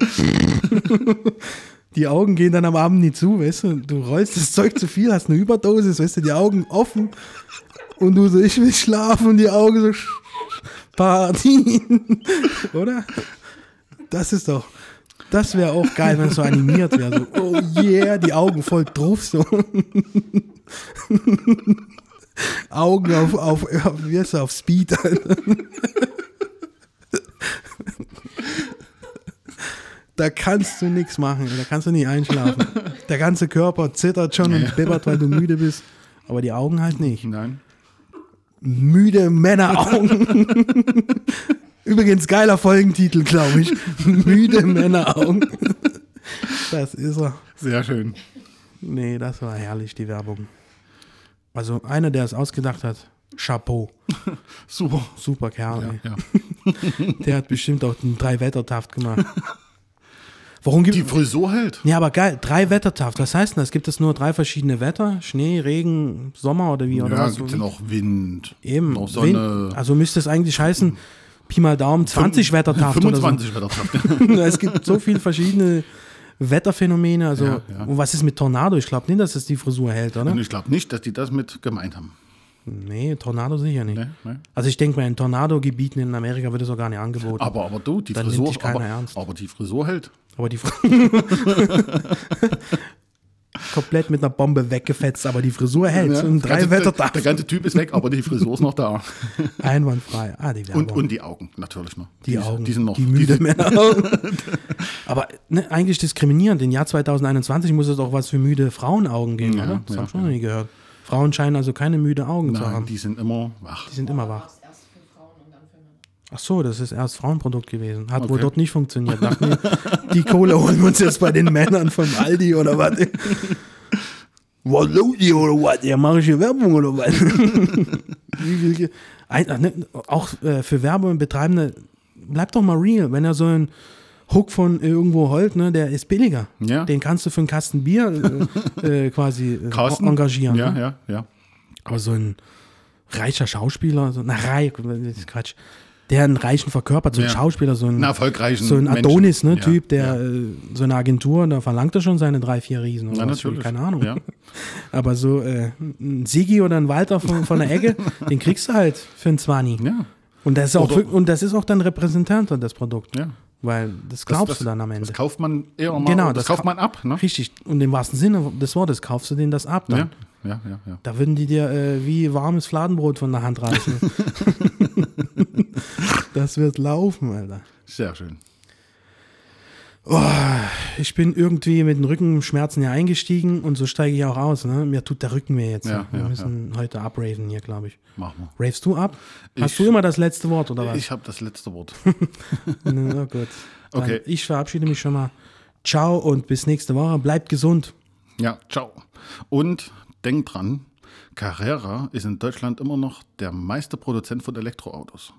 die Augen gehen dann am Abend nie zu, weißt du? Du rollst das Zeug zu viel, hast eine Überdosis, weißt du, die Augen offen. Und du so, ich will schlafen und die Augen so. Party! Oder? Das ist doch. Das wäre auch geil, wenn es so animiert wäre. So, oh yeah, die Augen voll drauf so. Augen auf, auf, auf, wie heißt er, auf Speed. Alter. da kannst du nichts machen, da kannst du nicht einschlafen. Der ganze Körper zittert schon und bibbert, weil du müde bist. Aber die Augen halt nicht
Nein.
müde Männeraugen. Übrigens geiler Folgentitel, glaube ich. müde Männeraugen. Das ist er.
Sehr schön.
Nee, das war herrlich, die Werbung. Also einer, der es ausgedacht hat, Chapeau.
Super.
Super Kerl.
Ja,
ey.
ja.
Der hat bestimmt auch den Drei-Wettertaft gemacht. Warum gibt
Die Frisur hält.
Ja, aber geil, drei Wettertaft. Was heißt denn das? Gibt es nur drei verschiedene Wetter? Schnee, Regen, Sommer oder wie? Oder
ja,
was?
gibt ja noch Wind.
Eben.
Noch Sonne.
Wen- Also müsste es eigentlich heißen, Pi mal Daumen, 20 Wettertaft oder
25 wird das.
so. es gibt so viele verschiedene Wetterphänomene. Also,
Ja, ja.
Und was ist mit Tornado? Ich glaube nicht, dass es die Frisur hält, oder?
Und ich glaube nicht, dass die das mit gemeint haben.
Nee, Tornado sicher nicht.
Ne? Ne?
Also ich denke mal, in Tornado-Gebieten in Amerika wird es auch gar nicht angeboten.
Aber, aber du, die
Dann nimmt
Frisur.
dich keiner
aber,
ernst.
aber die Frisur hält.
Aber die Fr- komplett mit einer Bombe weggefetzt, aber die Frisur hält.
Ja, Also
So ein
der ganze-
drei
der, der
Wettertaft.
ganze Typ ist weg, aber die Frisur ist noch da.
Einwandfrei. Ah, die Werbung.
Und, und die Augen, natürlich noch.
Die Augen,
Die sind noch.
die müde Männeraugen. Aber ne, eigentlich diskriminierend. Im Jahr 2021 muss es auch was für müde Frauenaugen geben,
Ja,
oder? Das
ja,
haben wir schon noch nie gehört. Frauen scheinen also keine müde Augen zu
Nein,
haben. Die,
die sind immer wach.
sind immer wach.
Gab's erst für Frauen und dann für Männer.
Ach so, das ist erst Frauenprodukt gewesen. Hat wohl
Okay.
dort nicht funktioniert. Dachten wir, die Kohle holen wir uns jetzt bei den Männern vom Aldi oder was? Was los hier oder was? Ja, mache ich hier Werbung oder was? Wie viel Ge- Ein, ach, ne, auch äh, für Werbung betreibende, bleibt doch mal real. Wenn er so einen Hook von irgendwo holt, ne, der ist billiger.
Ja.
Den kannst du für einen Kasten Bier äh, äh, quasi äh,
Carsten?
engagieren.
Ja,
ne?
ja, ja.
Aber so ein reicher Schauspieler, so, na, reich, das ist Quatsch, der einen reichen verkörpert, so ein
Ja.
Schauspieler, so ein,
Einen erfolgreichen
so ein
Menschen.
Adonis, ne,
Ja,
Typ, der
ja.
äh, so eine Agentur, da verlangt er schon seine drei, vier Riesen. Oder
Na,
was,
natürlich.
Keine Ahnung.
Ja.
Aber so äh, ein Sigi oder ein Walter von, von der Ecke, den kriegst du halt für einen Zwani.
Ja,
Und, das ist auch,
Oder-
wirk- und das ist auch dann Repräsentant das Produkt.
ja.
Weil das glaubst
das,
du dann am Ende.
Das kauft man eher mal.
Genau, das
das, kauft
kau-
man ab. Ne?
Richtig. Und im wahrsten Sinne des Wortes kaufst du denen das ab. Dann.
Ja. Ja, ja, ja.
Da würden die dir äh, wie warmes Fladenbrot von der Hand reißen. das wird laufen, Alter.
Sehr schön.
Ich bin irgendwie mit den Rückenschmerzen hier eingestiegen und so steige ich auch aus. Ne? Mir tut der Rücken weh jetzt.
Ja,
Wir
ja,
müssen heute abraven hier, glaube ich.
Machen wir.
Ravest du ab? Hast
Ich-
du immer das letzte Wort oder was?
Ich habe das letzte Wort.
Na gut. Dann
Okay.
Ich verabschiede mich schon mal. Ciao und bis nächste Woche. Bleibt gesund.
Ja, ciao. Und denkt dran, Carrera ist in Deutschland immer noch der meiste Produzent von Elektroautos.